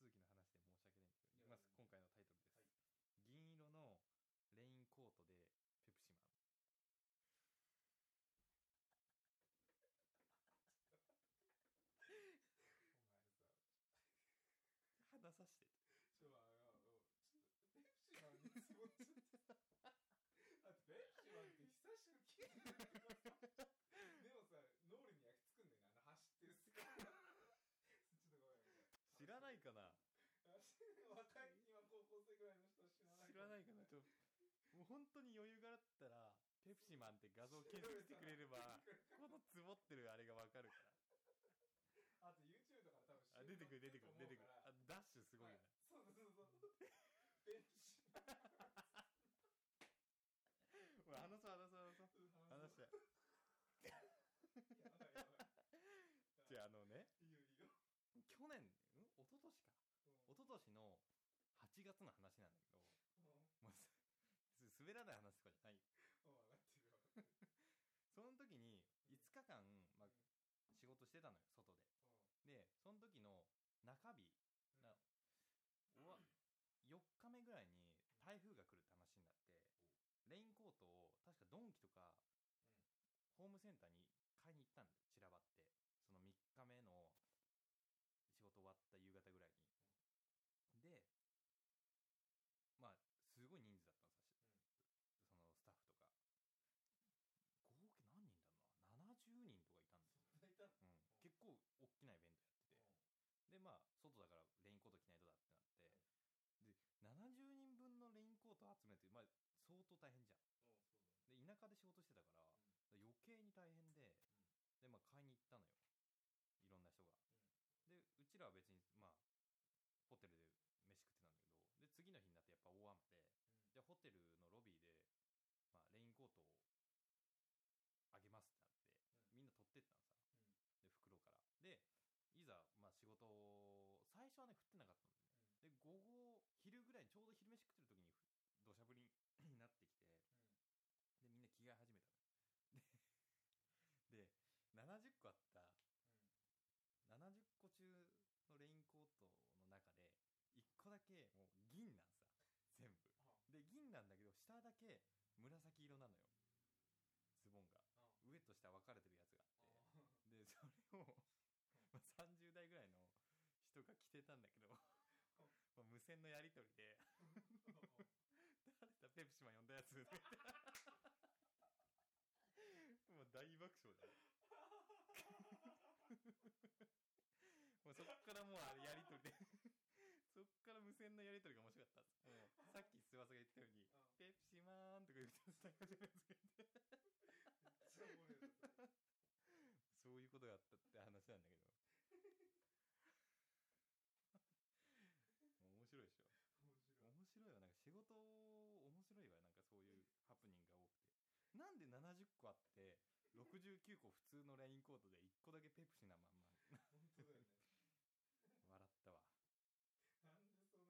[SPEAKER 1] まあいい、
[SPEAKER 2] ん
[SPEAKER 1] まあ仕事続きの話で申し訳ないんだけどいきます今回のタ
[SPEAKER 2] いやいい
[SPEAKER 1] イトルです、
[SPEAKER 2] はい
[SPEAKER 1] 銀色のレインコートでペプシマン話さして
[SPEAKER 2] お前さちょあのちょっとペプシマンにつぼっちゃってさあとペプシマンって久しく聞いてたけどさでもさ脳裏に焼き付くんだよねあの走ってる姿ちょっとごめんごめん
[SPEAKER 1] 知らないかな
[SPEAKER 2] 走ってる若い今高校生ぐらいの人は知らない
[SPEAKER 1] 知らないかなちょもう本当に余裕があったらペプシマンって画像検索してくれれ ばこのつぼってるあれがわかるから
[SPEAKER 2] あと YouTube とかで多分
[SPEAKER 1] あ出てくる出てくる出てくる
[SPEAKER 2] あ
[SPEAKER 1] あダッシュすごいよね、
[SPEAKER 2] そうそうそうそうベンチ
[SPEAKER 1] ほら話そう話そう話そう話して
[SPEAKER 2] やばいやばい
[SPEAKER 1] じゃああのね
[SPEAKER 2] いいよいいよ
[SPEAKER 1] 去年ん一昨年か一昨年の8月の話なんだけど
[SPEAKER 2] も
[SPEAKER 1] も
[SPEAKER 2] う
[SPEAKER 1] うすす滑らない話とかじゃないよ
[SPEAKER 2] もう上がってるよ上がってる
[SPEAKER 1] その時に5日間、まあ
[SPEAKER 2] うん、
[SPEAKER 1] 仕事してたのよ外で
[SPEAKER 2] うん
[SPEAKER 1] でその時の中日
[SPEAKER 2] うん
[SPEAKER 1] なおわ4日目ぐらいに台風が来るって話になってレインコートを確かドンキとか
[SPEAKER 2] うん
[SPEAKER 1] ホームセンターに買いに行ったんだよ散らばってその3日目の仕事終わった夕方ぐらいにでまあすごい人数だったのさ、そのスタッフとか合計何人だろうな70人とかいたんだよ、うん、
[SPEAKER 2] そんないたの
[SPEAKER 1] 結構大きなイベントやっててでまあ外だからレインコート着ないとだってなって、で70人分のレインコート集めて、まあ、相当大変じゃん
[SPEAKER 2] うんうんそう
[SPEAKER 1] で田
[SPEAKER 2] だね
[SPEAKER 1] 舎で仕事してたから、余計に大変で、でまあ買いに行ったのよいろんな人が、でうちらは別にまあホテルで飯食ってたんだけどで次の日になってやっぱ大雨でじゃあホテルのロビーで、まあ、レインコートをあげますってなって、
[SPEAKER 2] うん
[SPEAKER 1] みんな取ってったのさ、
[SPEAKER 2] うん
[SPEAKER 1] で袋からでいざ、まあ、仕事を最初はね降ってなかったんだよねで午後昼ぐらいにちょうど昼飯食ってる時にふ土砂降りになってきてでみんな着替え始めた のよで で70個あった70個中のレインコートの中で1個だけもう銀なんさ全部で銀なんだけど下だけ紫色なのよズボンが上と下分かれてるやつがあってでそれを、まあ、30代ぐらいの人が着てたんだけ どまあ無線のやり取りで「誰だペプシマン呼んだやつ」とか言ってもう大爆笑だよもうそっからもうあれやり取りでそっから無線のやり取りが面白かったもうさっき諏訪さんが言ったように「ペプシマン」とか言ってた感じのやつがいてそういうことがあったって話なんだけど面白いでしょ面白いわなんか仕事面白いわなんかそういうハプニングが多くてなんで70個あって69個普通のレインコートで1個だけペプシ なまんま笑ったわ金だがね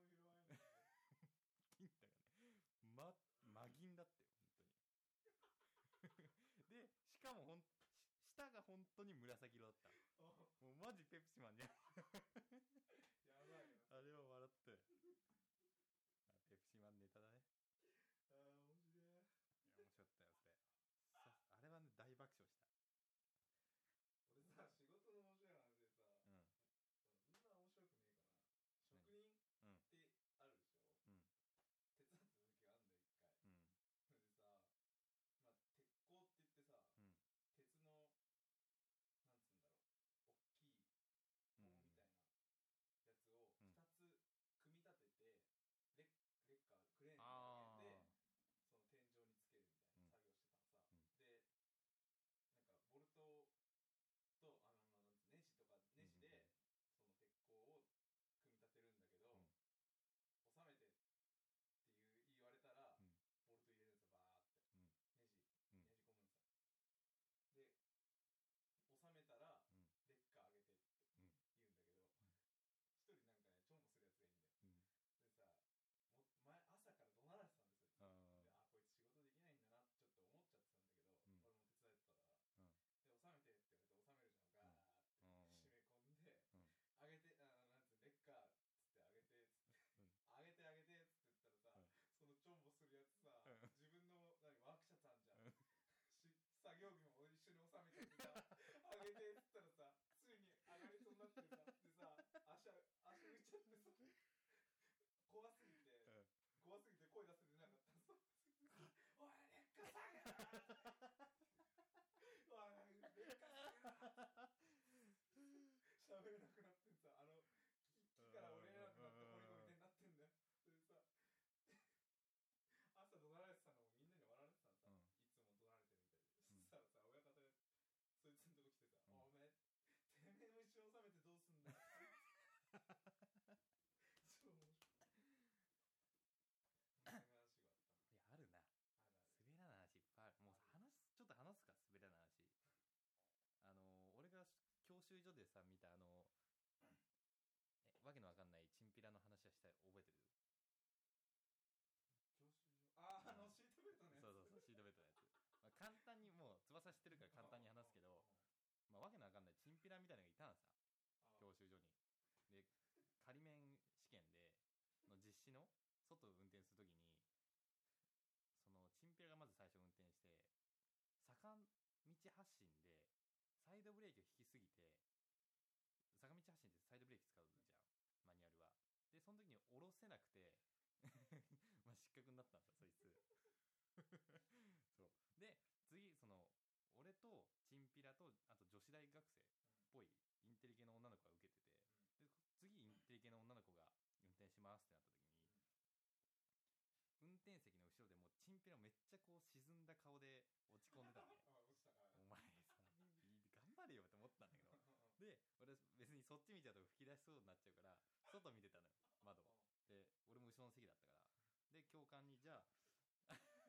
[SPEAKER 1] ま真銀だってよ本当にでしかもほんし下が本当に紫色だったもうマジペプシマンじゃんあれは笑ったよあ
[SPEAKER 2] ってさ、でさ、足、足浮いちゃってさ、怖すぎて、
[SPEAKER 1] うん
[SPEAKER 2] 怖すぎて声出せてなかったさ、おい、劣化さんやおい、劣化さんや喋れなくなってんさ、あの、木から折れなくなったポリゴンみたいになってんだよ。それでさ、朝怒鳴られてたのをみんなに笑われてた
[SPEAKER 1] う
[SPEAKER 2] のさ、
[SPEAKER 1] ん
[SPEAKER 2] いつも怒鳴られてるみたいで。
[SPEAKER 1] うん
[SPEAKER 2] そしたらさ、親方がそいつのとこ来てさ、
[SPEAKER 1] うん
[SPEAKER 2] おめえ、てめえを一応収めてどうすんだよ。超面白い。こんな話があった。
[SPEAKER 1] いやあるな滑らない話いっぱいあるもうさ話すちょっと話すか滑らない話あの俺が教習所でさ見たあのえわけのわかんないチンピラの話はしたい覚えてる
[SPEAKER 2] 教習所。あー、あ
[SPEAKER 1] う
[SPEAKER 2] の、
[SPEAKER 1] ん
[SPEAKER 2] シートベルトね。
[SPEAKER 1] そうそうそうシート ベルトのやつ、まあ、簡単にもう翼知ってるから簡単に話す けど、まあ、わけのわかんないチンピラみたいなのがいたのさ教習所にで仮免試験での実施の外を運転するときにそのチンピラがまず最初運転して坂道発進でサイドブレーキを引きすぎて坂道発進ってサイドブレーキ使うじゃんマニュアルはでその時に下ろせなくて まあ失格になったんだそいつ そうで次その俺とチンピラとあと女子大学生っぽいインテリ系の女の子が受けてて、で次インテリ系の女の子が運転しますってなった時に、運転席の後ろでもうチンピラめっちゃこう沈んだ顔で落ち込んでたのね
[SPEAKER 2] あー、落ちたか。
[SPEAKER 1] お前さ頑張れよって思ったんだけど
[SPEAKER 2] う
[SPEAKER 1] で俺別にそっち見ちゃうと吹き出しそうになっちゃうから外見てたのよ窓をで俺も後ろの席だったからで教官にじゃあ まあ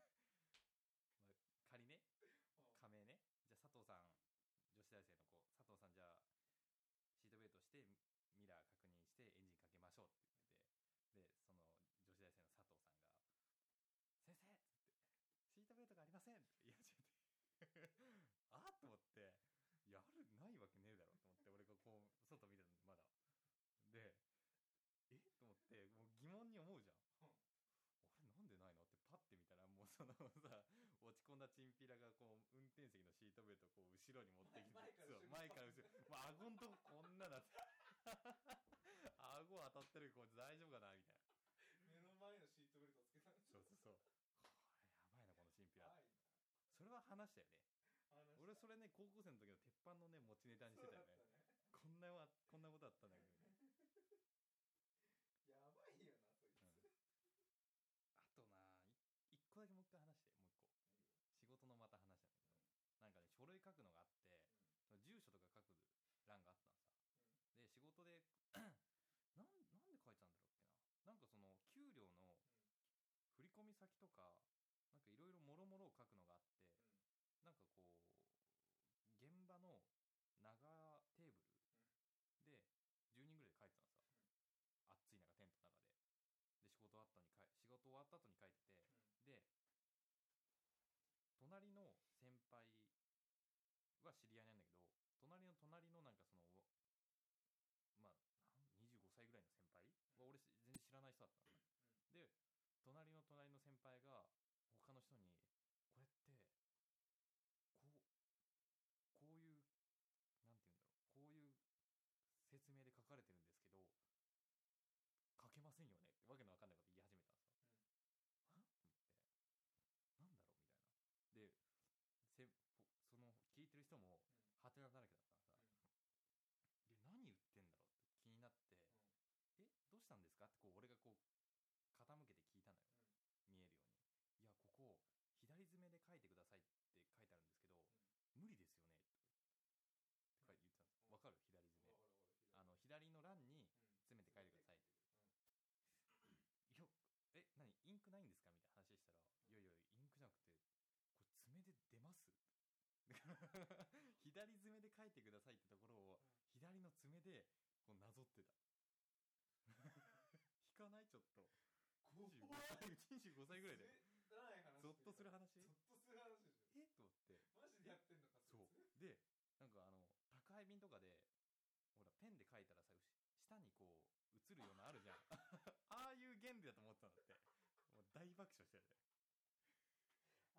[SPEAKER 1] 仮ね
[SPEAKER 2] んうん
[SPEAKER 1] 仮名ねじゃあ佐藤さん女子大生の子佐藤さんじゃあシートベルトしてミラー確認してエンジンかけましょうって言っててでその女子大生の佐藤さんが「先生!」っつって「シートベルト がありません!」って言い始めてあっと思って「いやあるないわけねえだろ」と思って俺がこう外見てるのまだでえと思ってもう疑問に思うじゃん
[SPEAKER 2] うん
[SPEAKER 1] あれなんでないのってパッて見たらもうそのさ落ち込んだチンピラがこう運転席のシートベルトをこう後ろに持ってきて
[SPEAKER 2] 前
[SPEAKER 1] そう前
[SPEAKER 2] 前
[SPEAKER 1] か
[SPEAKER 2] からら
[SPEAKER 1] 後ろもう顎んとここんなだって 顎当たってるこいつ大丈夫かなみたいな
[SPEAKER 2] 目の前のシートベルトをつけたんです
[SPEAKER 1] そうそうそうこれやばいなこのチンピラそれは話したよね俺
[SPEAKER 2] 俺
[SPEAKER 1] それね高校生の時の鉄板のね持ちネタにしてたよねこんなわこんなことあ ったんだけど
[SPEAKER 2] やばいよな
[SPEAKER 1] うんあとな
[SPEAKER 2] そいつ、
[SPEAKER 1] い一個だけもう一回話してもう一個仕事のまた話なんだけど、なんかね書類書くのがあって、その住所とか書く欄があったのさ、で仕事で なんなんで書いてたんだろうっけななんかその給料の振り込み先とかなんかいろいろもろもろを書くのがあって、なんかこう現場の長テーブルで10人ぐらいで書いてたのさ、暑い中テントの中でで仕事終わったにかい仕事終わった後に書いてて、で隣の先輩は知り合いなんだけど隣の隣のなんかそのまあなん25歳ぐらいの先輩は俺し全然知らない人だったの、で隣の隣の先輩が他の人に「これってこうこういうなんて言うんだろうこういう説明で書かれてるんですけど書けませんよね」ってわけのわかんないこと言い始めたんですよ。はと思ってなんだろうみたいなでせぽその聞いてる人もハテナだらけだったからさ、で何言ってんだろうって気になって、えどうしたんですかってこう俺がこう傾けて聞いたのよ、見えるようにいやここ左爪で書いてくださいって書いてあるんですけど、無理ですよねって書いて言ってたんです
[SPEAKER 2] うん
[SPEAKER 1] わかる左爪あの左の欄に詰めて書いてくださいっていやえ何インクないんですかみたいな話したら、いやいやインクじゃなくてこれ爪で出ますだから 左爪で書いてくださいってところを
[SPEAKER 2] うん
[SPEAKER 1] 左の爪でこうなぞってた引かないちょっと
[SPEAKER 2] 怖
[SPEAKER 1] 25歳25歳ぐらいでゾッとする話
[SPEAKER 2] ゾッとする話でし
[SPEAKER 1] えっと思って
[SPEAKER 2] ょマジでやってんのか
[SPEAKER 1] そうでなんかあの宅配便とかでほらペンで書いたらさうし下にこう映るようなある じゃんああいう原理だと思ってたんだってもう大爆笑してる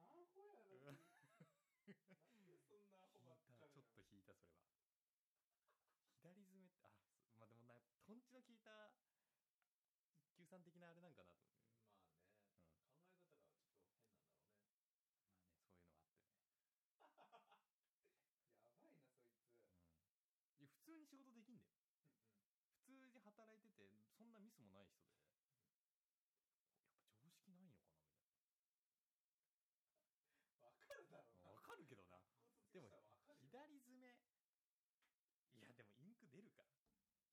[SPEAKER 2] アホやななんでそんなアホ
[SPEAKER 1] 引
[SPEAKER 2] ば
[SPEAKER 1] い
[SPEAKER 2] っか
[SPEAKER 1] た
[SPEAKER 2] りな
[SPEAKER 1] ちょっと引いたそれは左爪ってあた一級さん的なあれなんかなと思って
[SPEAKER 2] まあ
[SPEAKER 1] まあねそういう
[SPEAKER 2] ね、考え方がちょっと変なんだろうね。
[SPEAKER 1] のはあってね
[SPEAKER 2] やばいな、そいつ。
[SPEAKER 1] いや普通に仕事できんだよ
[SPEAKER 2] うんう
[SPEAKER 1] 普通に
[SPEAKER 2] ん
[SPEAKER 1] 働いててそんなミスもない人でやっぱ常識ないのかなみたい
[SPEAKER 2] わかるだろ
[SPEAKER 1] な
[SPEAKER 2] うな。
[SPEAKER 1] わかるけどなでも
[SPEAKER 2] 高卒業したらわかるよ
[SPEAKER 1] 左爪いやでもインク出るから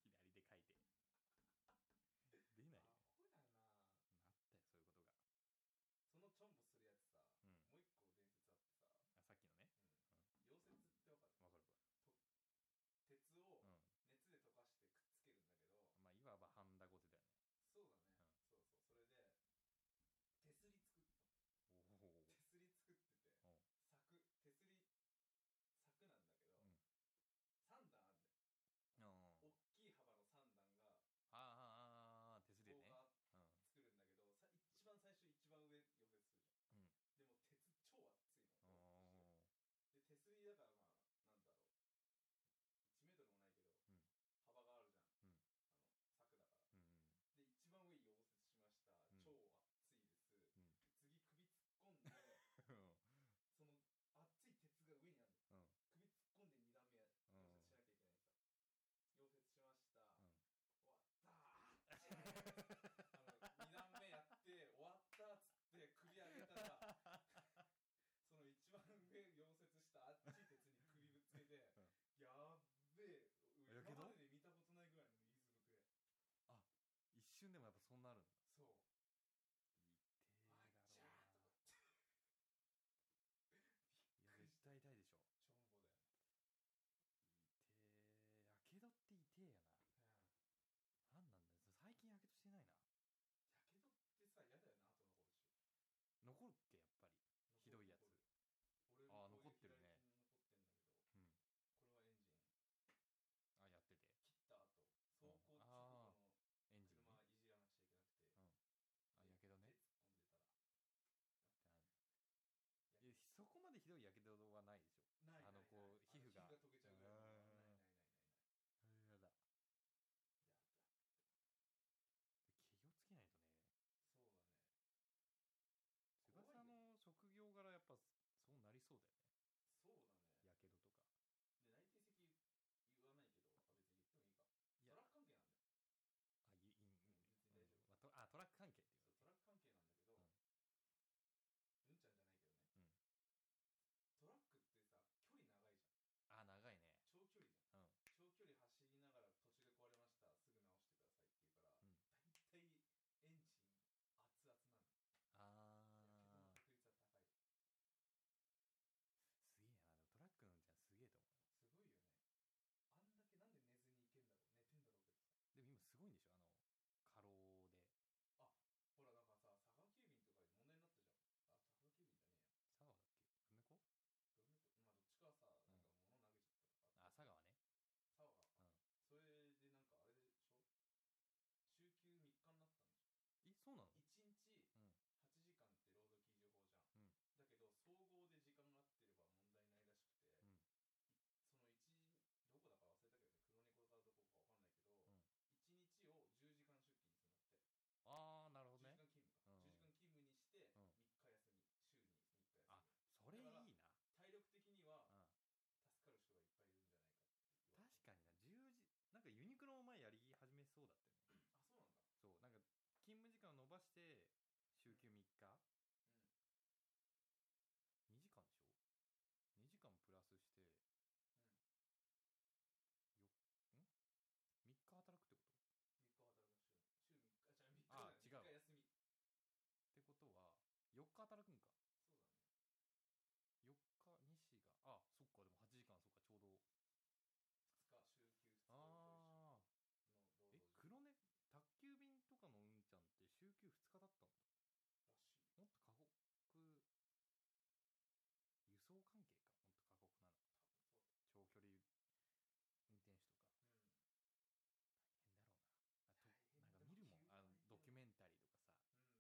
[SPEAKER 1] 左で書いて出ないよ
[SPEAKER 2] アホだな。
[SPEAKER 1] あったよそういうことが
[SPEAKER 2] そのチョンボす
[SPEAKER 1] う
[SPEAKER 2] るやつさ、
[SPEAKER 1] ん
[SPEAKER 2] もう一個伝説あっ
[SPEAKER 1] あ
[SPEAKER 2] てさ、
[SPEAKER 1] さっきのね
[SPEAKER 2] 溶接ってわかる
[SPEAKER 1] わかる
[SPEAKER 2] 鉄を
[SPEAKER 1] わ、うん、
[SPEAKER 2] 熱で溶かしてくっつけるんだけど、
[SPEAKER 1] まあいわばハンダゴテだよね
[SPEAKER 2] そうだね、そうそう、それで、手すり作
[SPEAKER 1] おお
[SPEAKER 2] った。手すり作ってて、
[SPEAKER 1] おう
[SPEAKER 2] 柵、手すり、柵なんだけど、
[SPEAKER 1] うん
[SPEAKER 2] 三
[SPEAKER 1] あ
[SPEAKER 2] 段あんだよ。大きい幅の三段が、
[SPEAKER 1] ああああ手すりで
[SPEAKER 2] 棒
[SPEAKER 1] ね
[SPEAKER 2] が
[SPEAKER 1] うん
[SPEAKER 2] 作るんだけど、さ一番最初、一番上、溶接
[SPEAKER 1] うん
[SPEAKER 2] するじゃん。でも、鉄、超熱い
[SPEAKER 1] おお
[SPEAKER 2] の。で、手すりだから、まあ、なんだろう。1メートルもないけど、
[SPEAKER 1] うん
[SPEAKER 2] 幅があるじゃん。
[SPEAKER 1] うん
[SPEAKER 2] あの、柵
[SPEAKER 1] うん
[SPEAKER 2] だから。で、一番上に溶
[SPEAKER 1] んうん
[SPEAKER 2] 接しました。超熱いです。次、首突っ込んで、
[SPEAKER 1] うん
[SPEAKER 2] その、熱い鉄が上にあるの。
[SPEAKER 1] うん
[SPEAKER 2] 首突っ込んで2段目、 溶接しなきゃいけないさ。溶接しました。
[SPEAKER 1] うん
[SPEAKER 2] 終わったーっつってあの二段目やって、終わったっつって、首上げたら、 その一番上溶接したあっちい鉄に首ぶつけて、
[SPEAKER 1] うん
[SPEAKER 2] やっべえ、
[SPEAKER 1] やけど
[SPEAKER 2] 今までで見たことないぐらいの水ぶく れ。
[SPEAKER 1] 一瞬でもやっぱそんなあるんだ
[SPEAKER 2] そ
[SPEAKER 1] 痛
[SPEAKER 2] う。あっちゃ
[SPEAKER 1] い
[SPEAKER 2] ーとかって。びっ
[SPEAKER 1] や
[SPEAKER 2] くり
[SPEAKER 1] 絶対痛いでしょ
[SPEAKER 2] した。チョンボだよ。
[SPEAKER 1] 痛えやけどって痛えやななんなんだよ最近やけどしてないな
[SPEAKER 2] やけどってさ、嫌だよな、後残
[SPEAKER 1] 残るっ
[SPEAKER 2] るし。
[SPEAKER 1] けやっぱりひどいやつ
[SPEAKER 2] 残
[SPEAKER 1] あ
[SPEAKER 2] る俺
[SPEAKER 1] ー
[SPEAKER 2] も
[SPEAKER 1] 残って
[SPEAKER 2] こういう
[SPEAKER 1] るね
[SPEAKER 2] 左手に残ってんだけ
[SPEAKER 1] う
[SPEAKER 2] ど、
[SPEAKER 1] ん
[SPEAKER 2] これはエンジン
[SPEAKER 1] あやってて
[SPEAKER 2] 切った後、走行直
[SPEAKER 1] あエンジンね
[SPEAKER 2] 後の車いじらなくちゃいけなくて、
[SPEAKER 1] あやけどね
[SPEAKER 2] 手突っ込んでた
[SPEAKER 1] い
[SPEAKER 2] ら、
[SPEAKER 1] やそこまでひどいやけどはないでしょ
[SPEAKER 2] ない
[SPEAKER 1] あの
[SPEAKER 2] ない
[SPEAKER 1] こう
[SPEAKER 2] ない
[SPEAKER 1] 皮膚が
[SPEAKER 2] あの皮膚が
[SPEAKER 1] うーん
[SPEAKER 2] 溶けちゃうぐらいのないないないないない
[SPEAKER 1] やだ気をつけないとね
[SPEAKER 2] やだそうだね
[SPEAKER 1] 翼
[SPEAKER 2] 怖いよ
[SPEAKER 1] の職業柄やっぱそうなりそうだよねやけどとか
[SPEAKER 2] そうだねで内定席言わないけどあ別に言っても
[SPEAKER 1] いや
[SPEAKER 2] いいかトラック関係なんだよ
[SPEAKER 1] あいいいいいい
[SPEAKER 2] 別に大丈夫
[SPEAKER 1] まあ、とあトラック関係っていう
[SPEAKER 2] そうトラック関係なんだ
[SPEAKER 1] う
[SPEAKER 2] けど、
[SPEAKER 1] ん
[SPEAKER 2] うんちゃんじゃないけどね、
[SPEAKER 1] うん
[SPEAKER 2] トラックってさ距離長いじゃ
[SPEAKER 1] あ長い
[SPEAKER 2] ん
[SPEAKER 1] ね
[SPEAKER 2] 長距
[SPEAKER 1] うんうん
[SPEAKER 2] 離じゃん、長距離走りながら途中で壊れましたすぐ直してくださいって言うから、
[SPEAKER 1] あ
[SPEAKER 2] 大体エンジン熱々なのやけどの確率は高
[SPEAKER 1] すげえなでもトラック
[SPEAKER 2] い
[SPEAKER 1] のうんちゃんすげえと思
[SPEAKER 2] すごいよねあんだけなんで寝ずに行けんだろう寝
[SPEAKER 1] うでも今すご
[SPEAKER 2] てんだろうけどさ
[SPEAKER 1] いんでしょあの過労で
[SPEAKER 2] ほらなんかさ佐川急便とかで問題になったじゃんあ佐川急便じゃねえや
[SPEAKER 1] 佐川だっけ文子
[SPEAKER 2] どれとまあどっちかはさ、なんか物投げちゃったとか
[SPEAKER 1] あ佐川ね
[SPEAKER 2] 佐川か、
[SPEAKER 1] うん
[SPEAKER 2] それでなんかあれでしょ週休3日になったんでしょ
[SPEAKER 1] えそうなの
[SPEAKER 2] 1日
[SPEAKER 1] うん
[SPEAKER 2] 8時間って労働基準
[SPEAKER 1] うん
[SPEAKER 2] 法じゃん、だけど総合で時間が合ってれば問題ないらしくて、
[SPEAKER 1] うん
[SPEAKER 2] その1どこだか忘れたけどねクロニコルからどこかわかんないけど、
[SPEAKER 1] ん
[SPEAKER 2] 一1日を10時間出勤するんだって
[SPEAKER 1] ああなる
[SPEAKER 2] 10時間勤務か、10時間勤務にして3日休み週に3日休
[SPEAKER 1] ほ
[SPEAKER 2] み
[SPEAKER 1] どねうん
[SPEAKER 2] 3日
[SPEAKER 1] あそれいいな
[SPEAKER 2] 休み体力的に
[SPEAKER 1] うん
[SPEAKER 2] は助かる人がいっぱいいるんじゃないかって言われ
[SPEAKER 1] 確
[SPEAKER 2] て
[SPEAKER 1] かにな10時なんかユニクロも前やり始めそうだったよね
[SPEAKER 2] あそうなんだ
[SPEAKER 1] そうなんか勤務時間を延ばして週休3日2時間でしょ2時間プラスしてよん3日働くってこと
[SPEAKER 2] 3日働く週週3日じゃあ3日
[SPEAKER 1] あ違う
[SPEAKER 2] 3日休み
[SPEAKER 1] ってことは4日働くんか
[SPEAKER 2] そうだね
[SPEAKER 1] 4日西があそっかでも8時間そっかちょうど
[SPEAKER 2] 2日週休2日
[SPEAKER 1] ああ
[SPEAKER 2] と一緒の労働
[SPEAKER 1] え
[SPEAKER 2] 時間
[SPEAKER 1] 黒ね宅急便とかのうんちゃんって週休2日だった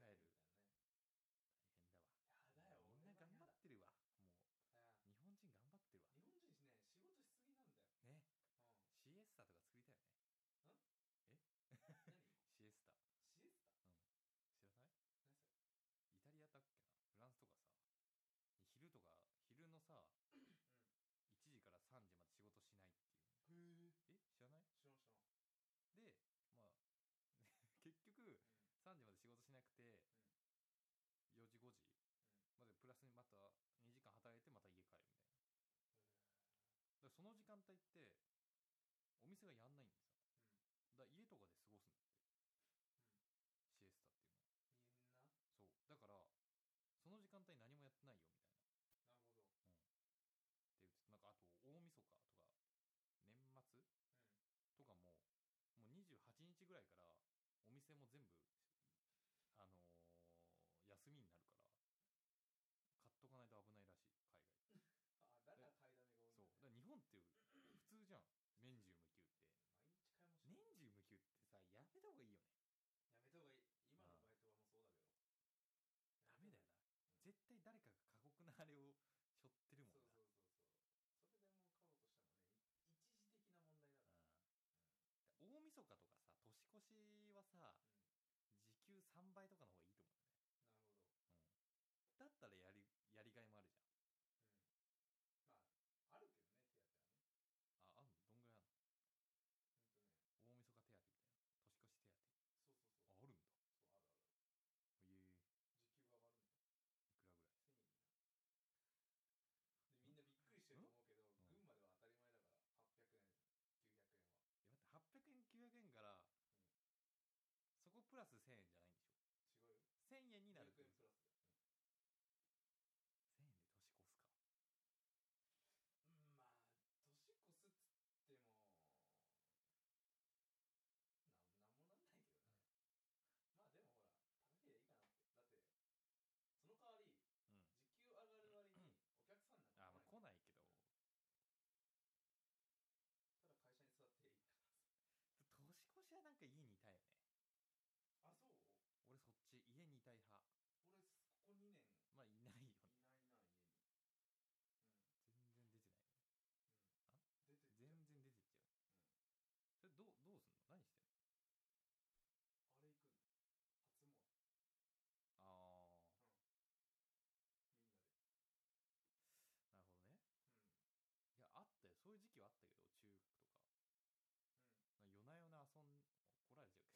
[SPEAKER 1] んだ
[SPEAKER 2] らしい
[SPEAKER 1] もっと過酷輸送関係かもっと過酷なの長距離運転手とか大変だろうなあとなんか見るもんあのドキュメンタリーとかさそう週末家帰るけどただ寝るに寝る大変だわみんな
[SPEAKER 2] 大変だ急に大変だよ多分そうだうんやってるねうーちゃんね寝に帰るだけみたいなねやだよ俺は
[SPEAKER 1] 頑張
[SPEAKER 2] 嫌
[SPEAKER 1] っ
[SPEAKER 2] だ
[SPEAKER 1] てるわも
[SPEAKER 2] うん
[SPEAKER 1] う日本人頑張ってるわ
[SPEAKER 2] 日本
[SPEAKER 1] くて、4時5時までプラスにまた2時間働いてまた家帰るみたいなだからその時間帯ってお店がやんないんですよ、だから家とかで過ごすんだって、シエスタっていうのはそうだからその時間帯何もやってないよみたいなでなんかあと大晦日とか年末とかももう28日ぐらいからお店も全部あのー休みになるから買っとかないと危ないらしい海外そうだから日本って普通じゃん年中無休って年中無休ってさやめた方がいいよねダメだよな絶対誰かが過酷なあれを背負ってるもんな大晦日とかさ年越しはさ時給3倍とかの方がいいと思うんだよねだったらやりやりがいもあるじゃん ああんのどんぐらいあんの大晦日手当みたいな年越し手当ああるんだええいくらぐらい
[SPEAKER 2] でみんなびっくりしてると思うけど、群馬では当たり前だから800円900円は
[SPEAKER 1] え待って800円900円から、そこプラス1000円じゃないんでしょ
[SPEAKER 2] 違うよ
[SPEAKER 1] 1000円になるっ
[SPEAKER 2] 500
[SPEAKER 1] て
[SPEAKER 2] 円プラスだ
[SPEAKER 1] 1000
[SPEAKER 2] よ
[SPEAKER 1] 円で年越すか
[SPEAKER 2] うんまあ年越すっつってもなんなんもなんないけどねまあでもほら食べりゃいいかなってだってその代わ
[SPEAKER 1] うん
[SPEAKER 2] り時給上が
[SPEAKER 1] あ
[SPEAKER 2] る割にお客さんなんか
[SPEAKER 1] まあ来
[SPEAKER 2] 来ない
[SPEAKER 1] ないけど
[SPEAKER 2] ただ
[SPEAKER 1] 年越しは
[SPEAKER 2] 会社に座っていい
[SPEAKER 1] なんか家にいたいよね
[SPEAKER 2] あ
[SPEAKER 1] 俺
[SPEAKER 2] そう
[SPEAKER 1] そっち家にいたい派ま
[SPEAKER 2] 俺ここ2年
[SPEAKER 1] あいないよね
[SPEAKER 2] いないな家に
[SPEAKER 1] 全然出てない全然出てっちゃう、それどうどうすんの何してんの
[SPEAKER 2] 出てっちゃうあれ行くの初詣
[SPEAKER 1] あ
[SPEAKER 2] みんなで
[SPEAKER 1] あなるほどね
[SPEAKER 2] うん
[SPEAKER 1] いやあったよそういう時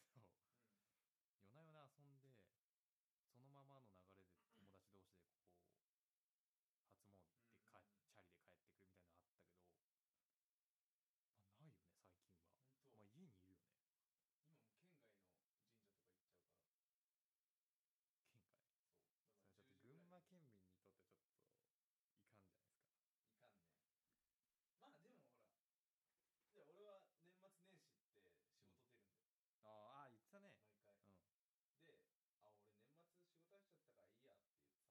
[SPEAKER 1] 期はあったけど中学とかなんか夜な夜な遊ん 怒られちゃうけど夜な夜な遊んでそのままの流れで友達同士でこう初詣行ってか
[SPEAKER 2] うんうんうん
[SPEAKER 1] チャリで帰ってくるみたいなのあったけど、まあ、ないよね最近はま
[SPEAKER 2] うん本当、
[SPEAKER 1] あ家にいるよね
[SPEAKER 2] 今もう県外の神社とか行っちゃうから
[SPEAKER 1] 県外
[SPEAKER 2] そうだ
[SPEAKER 1] そ
[SPEAKER 2] から
[SPEAKER 1] れちょっと
[SPEAKER 2] 10
[SPEAKER 1] 群馬
[SPEAKER 2] ぐらい
[SPEAKER 1] 県民にとってちょっといかんじゃないですか
[SPEAKER 2] いかんねまあでもほらじゃあ俺は年末年始って仕事出るんだよ、
[SPEAKER 1] ああ言ってたね
[SPEAKER 2] 毎回
[SPEAKER 1] うん
[SPEAKER 2] であ俺年末仕事入っちゃったからいいやって言って
[SPEAKER 1] うん
[SPEAKER 2] たんだよ、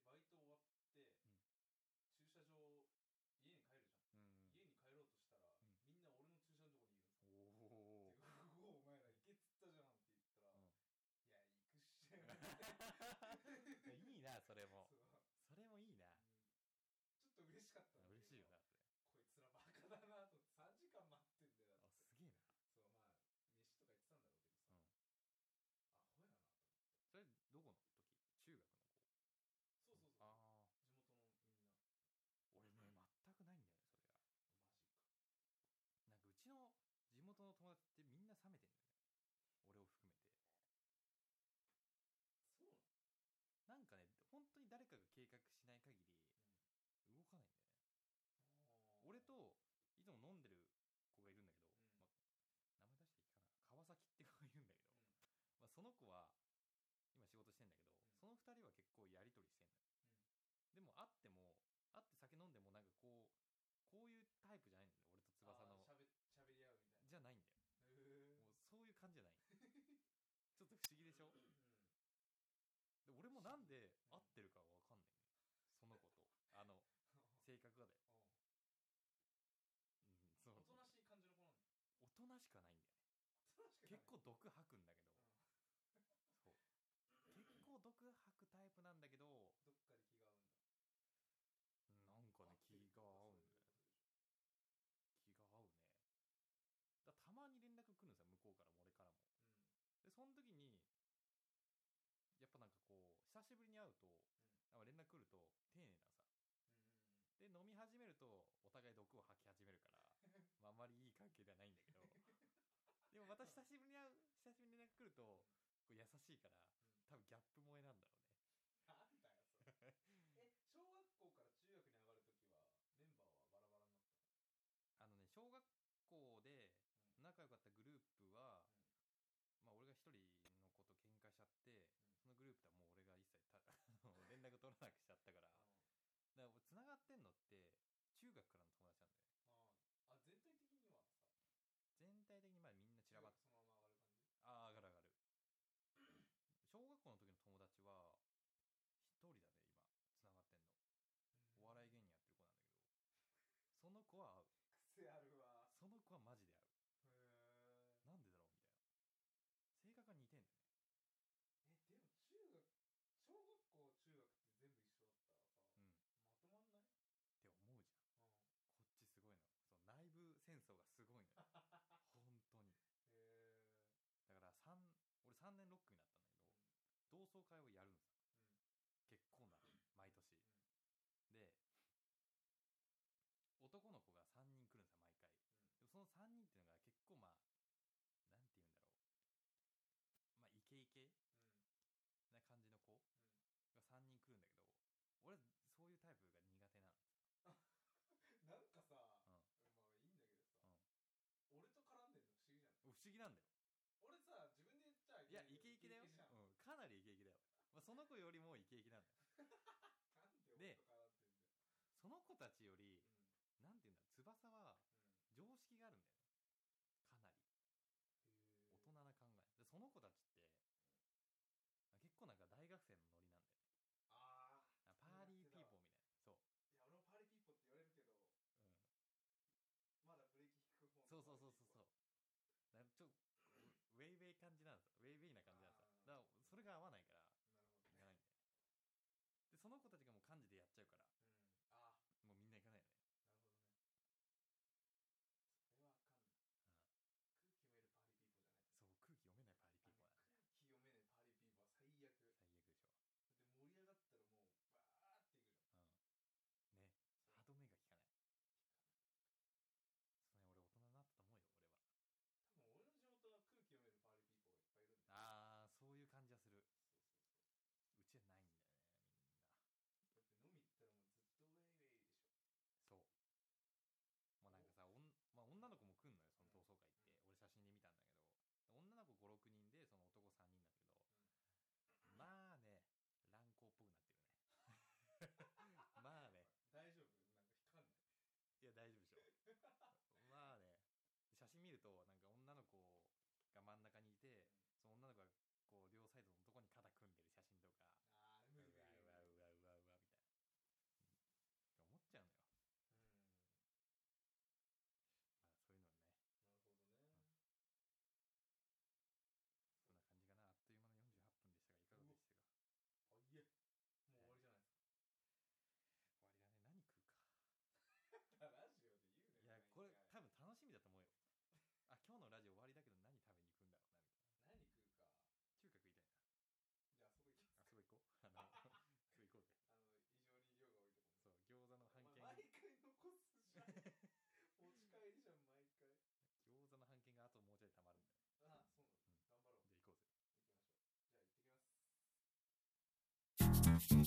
[SPEAKER 2] 今回は家で過ごそうと思
[SPEAKER 1] うん
[SPEAKER 2] って、今
[SPEAKER 1] うん
[SPEAKER 2] 年、そしたらあーんってみんな LINE で了解みたいなの来たの
[SPEAKER 1] うん
[SPEAKER 2] じゃあみんなで行ってきなっつっ
[SPEAKER 1] うん
[SPEAKER 2] てななるじゃん、でバイト終
[SPEAKER 1] ん
[SPEAKER 2] わって、駐車場家に帰るじゃ
[SPEAKER 1] うん
[SPEAKER 2] ん、家に帰ろうとしたら、
[SPEAKER 1] ん
[SPEAKER 2] みんな俺の駐車場のとこにいる
[SPEAKER 1] お
[SPEAKER 2] の
[SPEAKER 1] お
[SPEAKER 2] で「おお前ら行けっつったじゃん」って言ったら「
[SPEAKER 1] うん
[SPEAKER 2] いや行くっしょ」
[SPEAKER 1] ー いいなそれも
[SPEAKER 2] そ
[SPEAKER 1] そ
[SPEAKER 2] う
[SPEAKER 1] れもいいな
[SPEAKER 2] ちょっと嬉しかったんだけど
[SPEAKER 1] 嬉しいよなそれ
[SPEAKER 2] こいつらバカだなと3時間待ってんだよだ
[SPEAKER 1] あ
[SPEAKER 2] って
[SPEAKER 1] すげえな
[SPEAKER 2] そうまあ飯とか言ってたんだろうけ
[SPEAKER 1] う
[SPEAKER 2] どさ、
[SPEAKER 1] ん
[SPEAKER 2] アホやなと思
[SPEAKER 1] それどこの時中学の子ああ俺ね全くないんだよねそれがなんかうちの地元の友達ってみんな冷めてんだよね
[SPEAKER 2] ってそうそうそう、地元のみんなマジか
[SPEAKER 1] 俺を含めて
[SPEAKER 2] そう
[SPEAKER 1] な
[SPEAKER 2] なの
[SPEAKER 1] んかね本当に誰かが計画しない限り動かないんだよね俺、といつも飲んでる子がいるんだけど、
[SPEAKER 2] う
[SPEAKER 1] ま
[SPEAKER 2] ん
[SPEAKER 1] あ、名前出していいかな川崎って子がいるんだけど、 まあ、その子は今仕事してんだけど、
[SPEAKER 2] ん
[SPEAKER 1] その2人は結構やり取りしてんのよ、でも会っても会って酒飲んでもなんかこうこういうタイプじゃないんだよね俺と翼の
[SPEAKER 2] しゃべしゃべり合うみたいな
[SPEAKER 1] じゃないんだよ
[SPEAKER 2] へ
[SPEAKER 1] もうそういう感じじゃないちょっと不思議でしょ
[SPEAKER 2] うん
[SPEAKER 1] で俺もなんで
[SPEAKER 2] 不
[SPEAKER 1] 合
[SPEAKER 2] 思議
[SPEAKER 1] っ
[SPEAKER 2] うん
[SPEAKER 1] てるかわかんないんだよその子とあの性格がだよ、うん、そ
[SPEAKER 2] お
[SPEAKER 1] の
[SPEAKER 2] となしい感じの子なんだ
[SPEAKER 1] 大人しかないんだよね
[SPEAKER 2] おとな
[SPEAKER 1] 結
[SPEAKER 2] しくない
[SPEAKER 1] 構毒吐くんだけど、
[SPEAKER 2] うん
[SPEAKER 1] そう結構毒吐くタイプなんだけど
[SPEAKER 2] どっかで気が合うん
[SPEAKER 1] なんかね気が合う
[SPEAKER 2] だ
[SPEAKER 1] んだよ気が合うねだたまに連絡来るんですよ向こうからも俺からもでその時にやっぱなんかこう久しぶりに会うと、ああ連絡来ると丁寧なさで飲み始めるとお互い毒を吐き始め るから、まあ、あんまりいい関係ではないんだけどでもまた久しぶりに会う久しぶりに連絡来るとこう優しいから多分ギャップ萌えなんだろうね
[SPEAKER 2] なんだよそれ え小学校から中学に上がるときはメンバーはバラバラになって
[SPEAKER 1] あのね小学校で
[SPEAKER 2] たの
[SPEAKER 1] 仲良かったグループは、まあ、俺が一人の子と喧嘩しちゃって、そのグループとはもう俺が一切た あの連絡取らなくしちゃったから
[SPEAKER 2] うん
[SPEAKER 1] だから繋がってんのって中学からの友達なんだよね
[SPEAKER 2] ああ全体
[SPEAKER 1] 全体的にまあみ
[SPEAKER 2] 的にはさ
[SPEAKER 1] んな散らばっ
[SPEAKER 2] 中学そのまま上が
[SPEAKER 1] ああ上が
[SPEAKER 2] る感じ
[SPEAKER 1] る上がる小学校の時の友達は一人だね今繋がってんのお笑い芸人やってる子なんだけどその子は合う
[SPEAKER 2] 癖あるわ
[SPEAKER 1] その子はマジで合う
[SPEAKER 2] へえ
[SPEAKER 1] なんでだろうみたいな性格が似てんだよね
[SPEAKER 2] えでも中学小学校中学って全部一緒だったらさ、
[SPEAKER 1] うんっ
[SPEAKER 2] まとまんない、う
[SPEAKER 1] て思うじゃん
[SPEAKER 2] ん、
[SPEAKER 1] こっちすごいのその内部戦争がすごい のよ本当にだから3俺3年ロックになったんだけど
[SPEAKER 2] え
[SPEAKER 1] 同窓会をやるのさ、結構な毎年、で男の子が3人来るんさ毎回、でもその3人っていうのが結構まあなんて言うんだろうまあイケイケな感じの子が3人来るんだけど俺そういうタイプが苦手なの
[SPEAKER 2] うん、 なんかさ、
[SPEAKER 1] うん
[SPEAKER 2] まあいいんだけど
[SPEAKER 1] うん
[SPEAKER 2] さ、俺と絡んでんの不思議
[SPEAKER 1] 不思議
[SPEAKER 2] なの
[SPEAKER 1] なんだよ
[SPEAKER 2] 俺さ自分で言っちゃ
[SPEAKER 1] いやイケイケだよ、
[SPEAKER 2] じゃん、
[SPEAKER 1] うん、かなりイケイケだよ、まあ、その子よりもイケイケなんだよ
[SPEAKER 2] なんで
[SPEAKER 1] で
[SPEAKER 2] 俺と絡んでんだよ、
[SPEAKER 1] その子たちより
[SPEAKER 2] うん
[SPEAKER 1] なんて言うんだろう翼は常識があるんだよねかなり
[SPEAKER 2] うん、
[SPEAKER 1] 大人な考えでその子たちって結構なんか大学生のノリなんだよね
[SPEAKER 2] ああ
[SPEAKER 1] あパーリーピーポーみたいなそう
[SPEAKER 2] いや俺もパーリーピーポーって言われるけど、まだブレーキ引く方
[SPEAKER 1] そうそうそうそうそうだからちょウェイウェイ感じなんですよウェイウェイな感じなんですよだからそれが合わないから
[SPEAKER 2] なるほど
[SPEAKER 1] 行
[SPEAKER 2] ね
[SPEAKER 1] かないんだよでその子たちがもう漢字でやっちゃうから
[SPEAKER 2] うんああ
[SPEAKER 1] もうみんな行かないよね
[SPEAKER 2] なるほどね。それはあかんな。空気読めるパリピーポー。
[SPEAKER 1] そう空気読めないパーリーピーポーなだよ最悪でしょうんね歯止めが効かないそうね俺大人になった
[SPEAKER 2] じゃなんい。空気読めないパリピーポーは最悪。だって盛り上がったらもう、わーっていくの。
[SPEAKER 1] と思うよ俺は
[SPEAKER 2] 多分俺の地元は空気読めるパリピーポーがいっぱいいるんだよ。
[SPEAKER 1] あーそういう感じはする
[SPEAKER 2] そうそう
[SPEAKER 1] うちはないんだよねみんな
[SPEAKER 2] そう。だって飲み行ったらもうずっとウェイウ
[SPEAKER 1] そ
[SPEAKER 2] ェイでしょ。
[SPEAKER 1] うもうなんかさおん、まあ、女の子も来んのよその同窓会って、俺写真で見たんだけど女の子56人でその男3人なんだけど、まあね乱行っぽくなってるね まあね
[SPEAKER 2] 大丈夫なんか引っかかんな
[SPEAKER 1] い
[SPEAKER 2] い。
[SPEAKER 1] や大丈夫でしょまあね写真見るとなんか女の子が真ん中にいてその女の子がこう両サイドのとこに肩組んでる写真とか
[SPEAKER 2] あー、
[SPEAKER 1] う
[SPEAKER 2] 無
[SPEAKER 1] わ
[SPEAKER 2] 理無
[SPEAKER 1] う
[SPEAKER 2] 理無
[SPEAKER 1] わ
[SPEAKER 2] 理。
[SPEAKER 1] うわうわうわみたいな、うん、思っちゃうのよ
[SPEAKER 2] うん。
[SPEAKER 1] まあそういうのね
[SPEAKER 2] なるほどね。
[SPEAKER 1] そんな感じかなあっという間の48分でしたがいかがでしたか
[SPEAKER 2] あ、いえ。もう終わり
[SPEAKER 1] 終わりだ
[SPEAKER 2] じゃないです
[SPEAKER 1] ね何食うか
[SPEAKER 2] か。ラジオで言うね。
[SPEAKER 1] いやこれ
[SPEAKER 2] 毎回
[SPEAKER 1] 多分楽しみだと思うよあ今日のラジオ終わりだけど何食べに行くんだろうなみたいな
[SPEAKER 2] 何食
[SPEAKER 1] 中
[SPEAKER 2] うか。
[SPEAKER 1] 華食いたいな
[SPEAKER 2] じゃあ、そこ行きます
[SPEAKER 1] あそこ行こうあのそこ行こうぜ
[SPEAKER 2] あの、異常に量が多いとこ
[SPEAKER 1] そう餃子の半
[SPEAKER 2] ろ。
[SPEAKER 1] 券
[SPEAKER 2] お前毎回残すじゃん。持ち帰りじゃん、毎回。
[SPEAKER 1] 餃子の半券があともうちょいたまるんだよ
[SPEAKER 2] ああ、そうなの。頑張ろ
[SPEAKER 1] じ
[SPEAKER 2] う。
[SPEAKER 1] ゃあ 行こうぜ
[SPEAKER 2] 行きましょう。じゃあ、行ってきます。